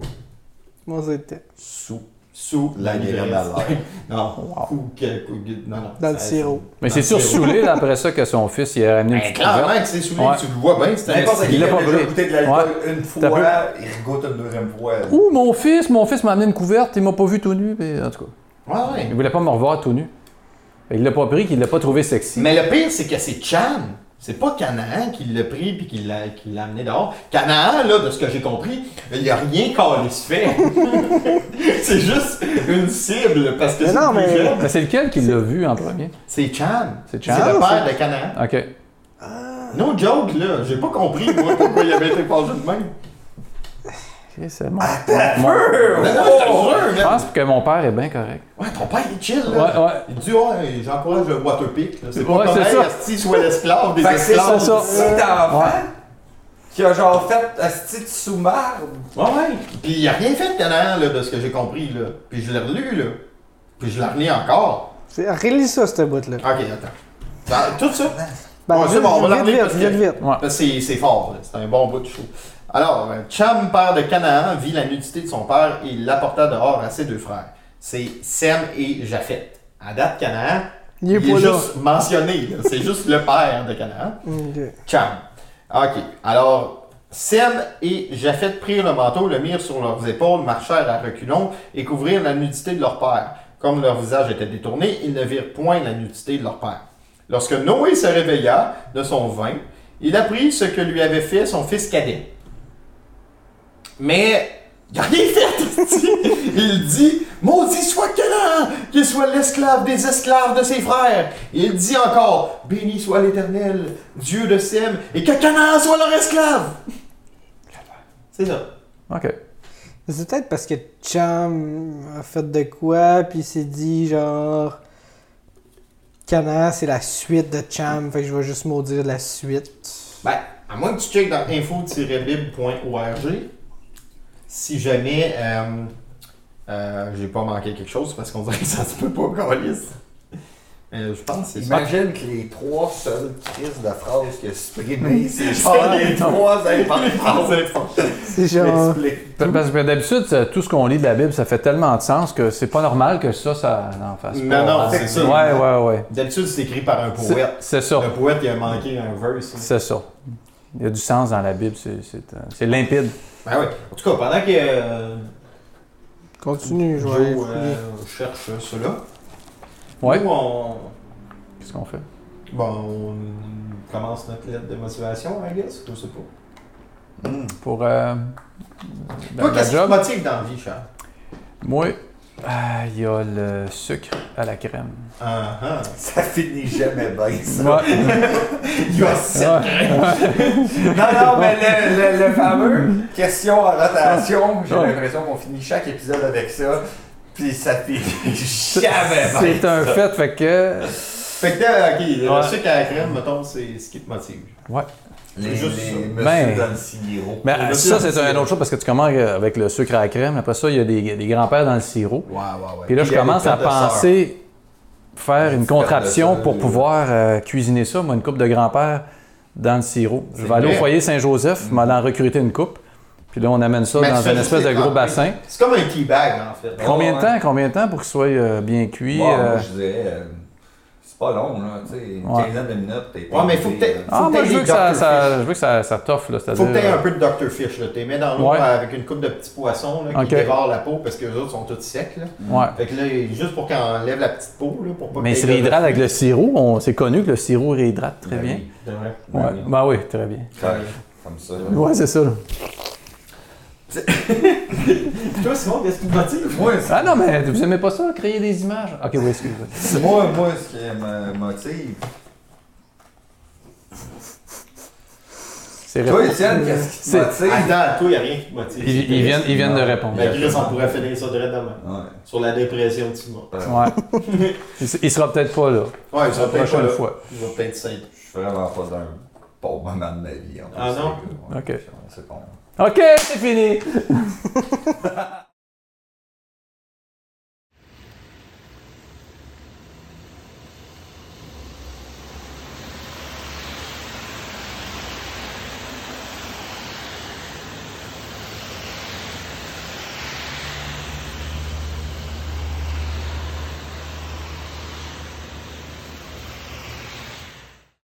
S4: Moi, c'était.
S1: sous sous
S3: La guérilla
S1: livresse. <laughs>
S3: de l'air.
S1: Non, ou que- ou que- non, non.
S4: Dans le
S1: Ça-
S4: sirop.
S2: Mais c'est sûr saoulé là, après ça que son fils il a ramené une
S1: Ah, Ben,
S2: petite
S1: clairement que c'est sous
S2: Ouais.
S1: tu le vois bien, c'est un
S3: N'importe qui
S2: Il
S3: qui
S2: l'a
S3: a
S2: pas
S3: déjà
S2: brûlé.
S3: goûté de l'alcool une
S2: T'as
S3: fois, il regoute une deuxième fois.
S2: Ouh, mon fils, mon fils m'a amené une couverte, il m'a pas vu tout nu, mais en tout cas.
S1: Ouais, ouais.
S2: Il voulait pas me revoir tout nu. Il l'a pas pris, qu'il l'a pas trouvé sexy.
S1: Mais le pire, c'est que c'est Chan. C'est pas Canaan qui l'a pris puis qui l'a, qui l'a amené dehors. Canaan, là, de ce que j'ai compris, il n'y a rien qu'on se fait.
S2: <laughs>
S1: c'est juste une cible parce que
S4: Mais
S1: c'est
S4: non,
S1: le plus
S4: mais-
S1: jeune.
S2: Mais Ben, c'est lequel qui l'a vu en premier?
S1: C'est Chan.
S2: C'est Chan.
S1: le
S4: Ah,
S1: père de Canaan.
S2: OK.
S1: No joke, là. J'ai pas compris, moi, pourquoi il avait été penché de
S2: <laughs>
S1: même.
S2: Oh! Ok, C'est bon. Mon-
S1: Mais non, je te jure,
S2: Je
S1: man.
S2: pense que mon père est bien correct.
S1: Ouais, ton père, il est chill,
S2: Ouais,
S1: là.
S2: ouais.
S1: Il dit, ouais, j'encourage le waterpick. là. C'est pas
S2: Ouais,
S1: comme
S2: c'est
S1: hey,
S2: ça.
S1: Asti soit l'esclave des
S3: Fait que c'est son
S1: esclaves.
S2: ça.
S3: petit enfant
S2: Ouais.
S3: qui a genre fait un style sous-marde.
S1: Ouais, ouais. Puis il a rien fait, Canaan, là, de ce que j'ai compris, là. Puis je l'ai relu, là. Puis je l'ai relu encore.
S4: C'est- Relis ça, cette bout-là.
S1: Ok, attends. Ben, tout ça.
S4: Ben,
S1: Ouais, c'est
S4: vite,
S1: bon, on va la
S4: vite,
S1: revenir parce
S4: vite,
S1: que-
S4: vite, vite.
S2: Ouais.
S1: Parce que c'est- c'est fort, là. c'est un bon bout de show. Alors, euh, Cham, père de Canaan, vit la nudité de son père et l'apporta dehors à ses deux frères. C'est Sem et Japhet. À date, Canaan,
S4: Il est pas là.
S1: juste mentionné, là. c'est juste le père de Canaan.
S4: Ok.
S1: Cham. Ok, alors, Sem et Japhet prirent le manteau, le mirent sur leurs épaules, marchèrent à reculons et couvrirent la nudité de leur père. Comme leur visage était détourné, ils ne virent point la nudité de leur père. Lorsque Noé se réveilla de son vin, il apprit ce que lui avait fait son fils cadet. Mais <laughs> il a rien fait. esti. Il dit Maudit soit Canaan, qu'il soit l'esclave des esclaves de ses frères. Il dit encore Béni soit l'Éternel, Dieu de Sem, et que Canaan soit leur esclave. C'est ça.
S2: OK.
S4: Mais C'est peut-être parce que Cham a fait de quoi, puis il s'est dit genre. Canaan, c'est la suite de Cham, fait que je vais juste maudire la suite.
S1: Ben, à moins que tu checkes dans info-libre.org, si jamais euh, euh, j'ai pas manqué quelque chose, parce qu'on dirait que ça se peut pas, Calis. Euh, je pense que c'est ça.
S3: Imagine que les trois seules crises de phrases que supprimées, c'est genre les
S2: <laughs>
S3: trois
S1: Ah,
S3: importantes.
S1: c'est fort.
S4: C'est genre.
S2: Parce que d'habitude, ça- tout ce qu'on lit de la Bible, ça fait tellement de sens que c'est pas normal que ça, ça n'en fasse
S1: Non,
S2: pas.
S1: non, c'est ça.
S2: Ouais, ouais, ouais.
S1: <laughs> D'habitude, c'est écrit par un
S2: C'est-
S1: poète.
S2: C'est ça.
S1: Le poète, il a manqué un verse.
S2: C'est ça. Il y a du sens dans la Bible, c'est- c'est euh, c'est limpide.
S1: Ben oui. En tout cas, pendant que euh,
S4: Continue, je
S1: Joe
S4: vais aller fouiller.
S1: euh, cherche cela,
S2: Ouais.
S1: nous, on,
S2: Qu'est-ce qu'on fait?
S1: bon, on commence notre lettre de motivation, I guess. Je sais pas.
S2: Pour euh,
S1: Toi,
S2: la- Ben, la
S1: qu'est-ce qui te
S2: job?
S1: motive dans la vie, Charles?
S2: Moi, ah, il y a le sucre à la crème.
S1: Ah, ah.
S3: Ça finit jamais bien, ça.
S2: Ouais.
S3: Il y a sept
S1: <laughs>
S2: Ouais.
S3: Non, non, mais le, le- le fameux question en rotation, j'ai
S2: Ouais.
S3: l'impression qu'on finit chaque épisode avec ça, puis ça finit <laughs> jamais bien.
S2: C'est un fait, fait que.
S1: Fait que, euh, ok, le
S2: Ouais.
S1: sucre à la crème, mettons, c'est ce qui te motive.
S2: Ouais.
S3: Les,
S1: Juste
S3: les
S1: ça.
S3: monsieur
S2: Ben.
S3: dans le sirop.
S2: Mais
S1: Et
S2: euh,
S1: le sirop.
S2: ça, c'est un autre chose parce que tu commences avec le sucre à la crème. Après ça, il y a des, des grands-pères dans le sirop.
S1: Ouais, ouais, ouais.
S2: Puis là, je commence à
S1: les pères de
S2: penser faire une contraption
S3: sœurs,
S2: pour
S3: les-
S2: pouvoir euh, cuisiner ça, moi, une coupe de grand-père dans le sirop. Je vais aller au
S1: vrai.
S2: foyer Saint-Joseph, m'aller en recruter une coupe. Puis là, on amène ça
S1: Mais tu
S2: dans
S1: fais
S2: une
S1: juste
S2: espèce de
S1: les
S2: gros
S1: tremper. hein?
S2: bassin.
S1: C'est comme un teabag, en fait.
S2: Combien de
S3: ouais.
S2: temps? Combien de temps pour qu'il soit euh, bien cuit?
S3: Bon,
S2: euh,
S3: moi, je disais, euh, c'est pas long, là, tu sais, une
S2: Ouais.
S3: quinzaine de minutes, t'es euh,
S1: Ouais, mais faut que t'aies-
S2: Ah, moi,
S1: t'aies
S2: je veux,
S1: des
S2: que ça,
S1: Dr.
S2: ça-
S1: Fish.
S2: je veux que ça, ça t'offre, là.
S1: Faut que t'aies
S2: c'est-à-dire,
S1: un peu de Dr. Fish, là. T'es mets dans l'eau
S2: euh, Ouais.
S1: avec une coupe de petits poissons, là, qui
S2: Ok.
S1: dévorent la peau parce que les autres sont tous secs, là.
S2: euh, ouais.
S1: Fait que là, juste pour qu'on enlève la petite peau, là, pour pas
S2: Mais il se
S1: c'est
S2: réhydrate avec le sirop. On- C'est connu que le sirop réhydrate très bien.
S3: Ben
S2: Ouais.
S3: oui.
S2: Ben oui, très bien.
S3: Comme ça. là.
S2: Ouais, c'est ça. là.
S1: Toi, Simon, qu'est-ce qui te motive?
S3: Moi, c'est-
S2: Ah non, mais vous aimez pas ça, créer des images? Ok, oui, excusez moi
S3: moi, moi, ce qui me motive.
S2: C'est
S3: Toi,
S2: répondre.
S3: Étienne, qu'est-ce qui te
S2: C'est-
S3: motive?
S1: Attends, Ah, toi, y a rien qui te motive.
S2: Ils, ils viennent, ils viennent de répondre.
S1: Ben, Chris, on pourrait finir ça directement.
S3: Ouais.
S1: Sur la dépression de Simon.
S2: Ouais. il, s- il sera peut-être pas là.
S1: Ouais, ils sont
S2: la
S1: peut-être pas
S2: prochaine
S1: là.
S2: fois.
S1: Ils vont peut-être s'aider.
S3: Je suis vraiment pas dans un bon moment de ma vie. en
S1: Ah
S3: plus,
S1: non?
S3: les gars. Ouais,
S2: Ok.
S3: C'est bon.
S2: Ok, c'est fini!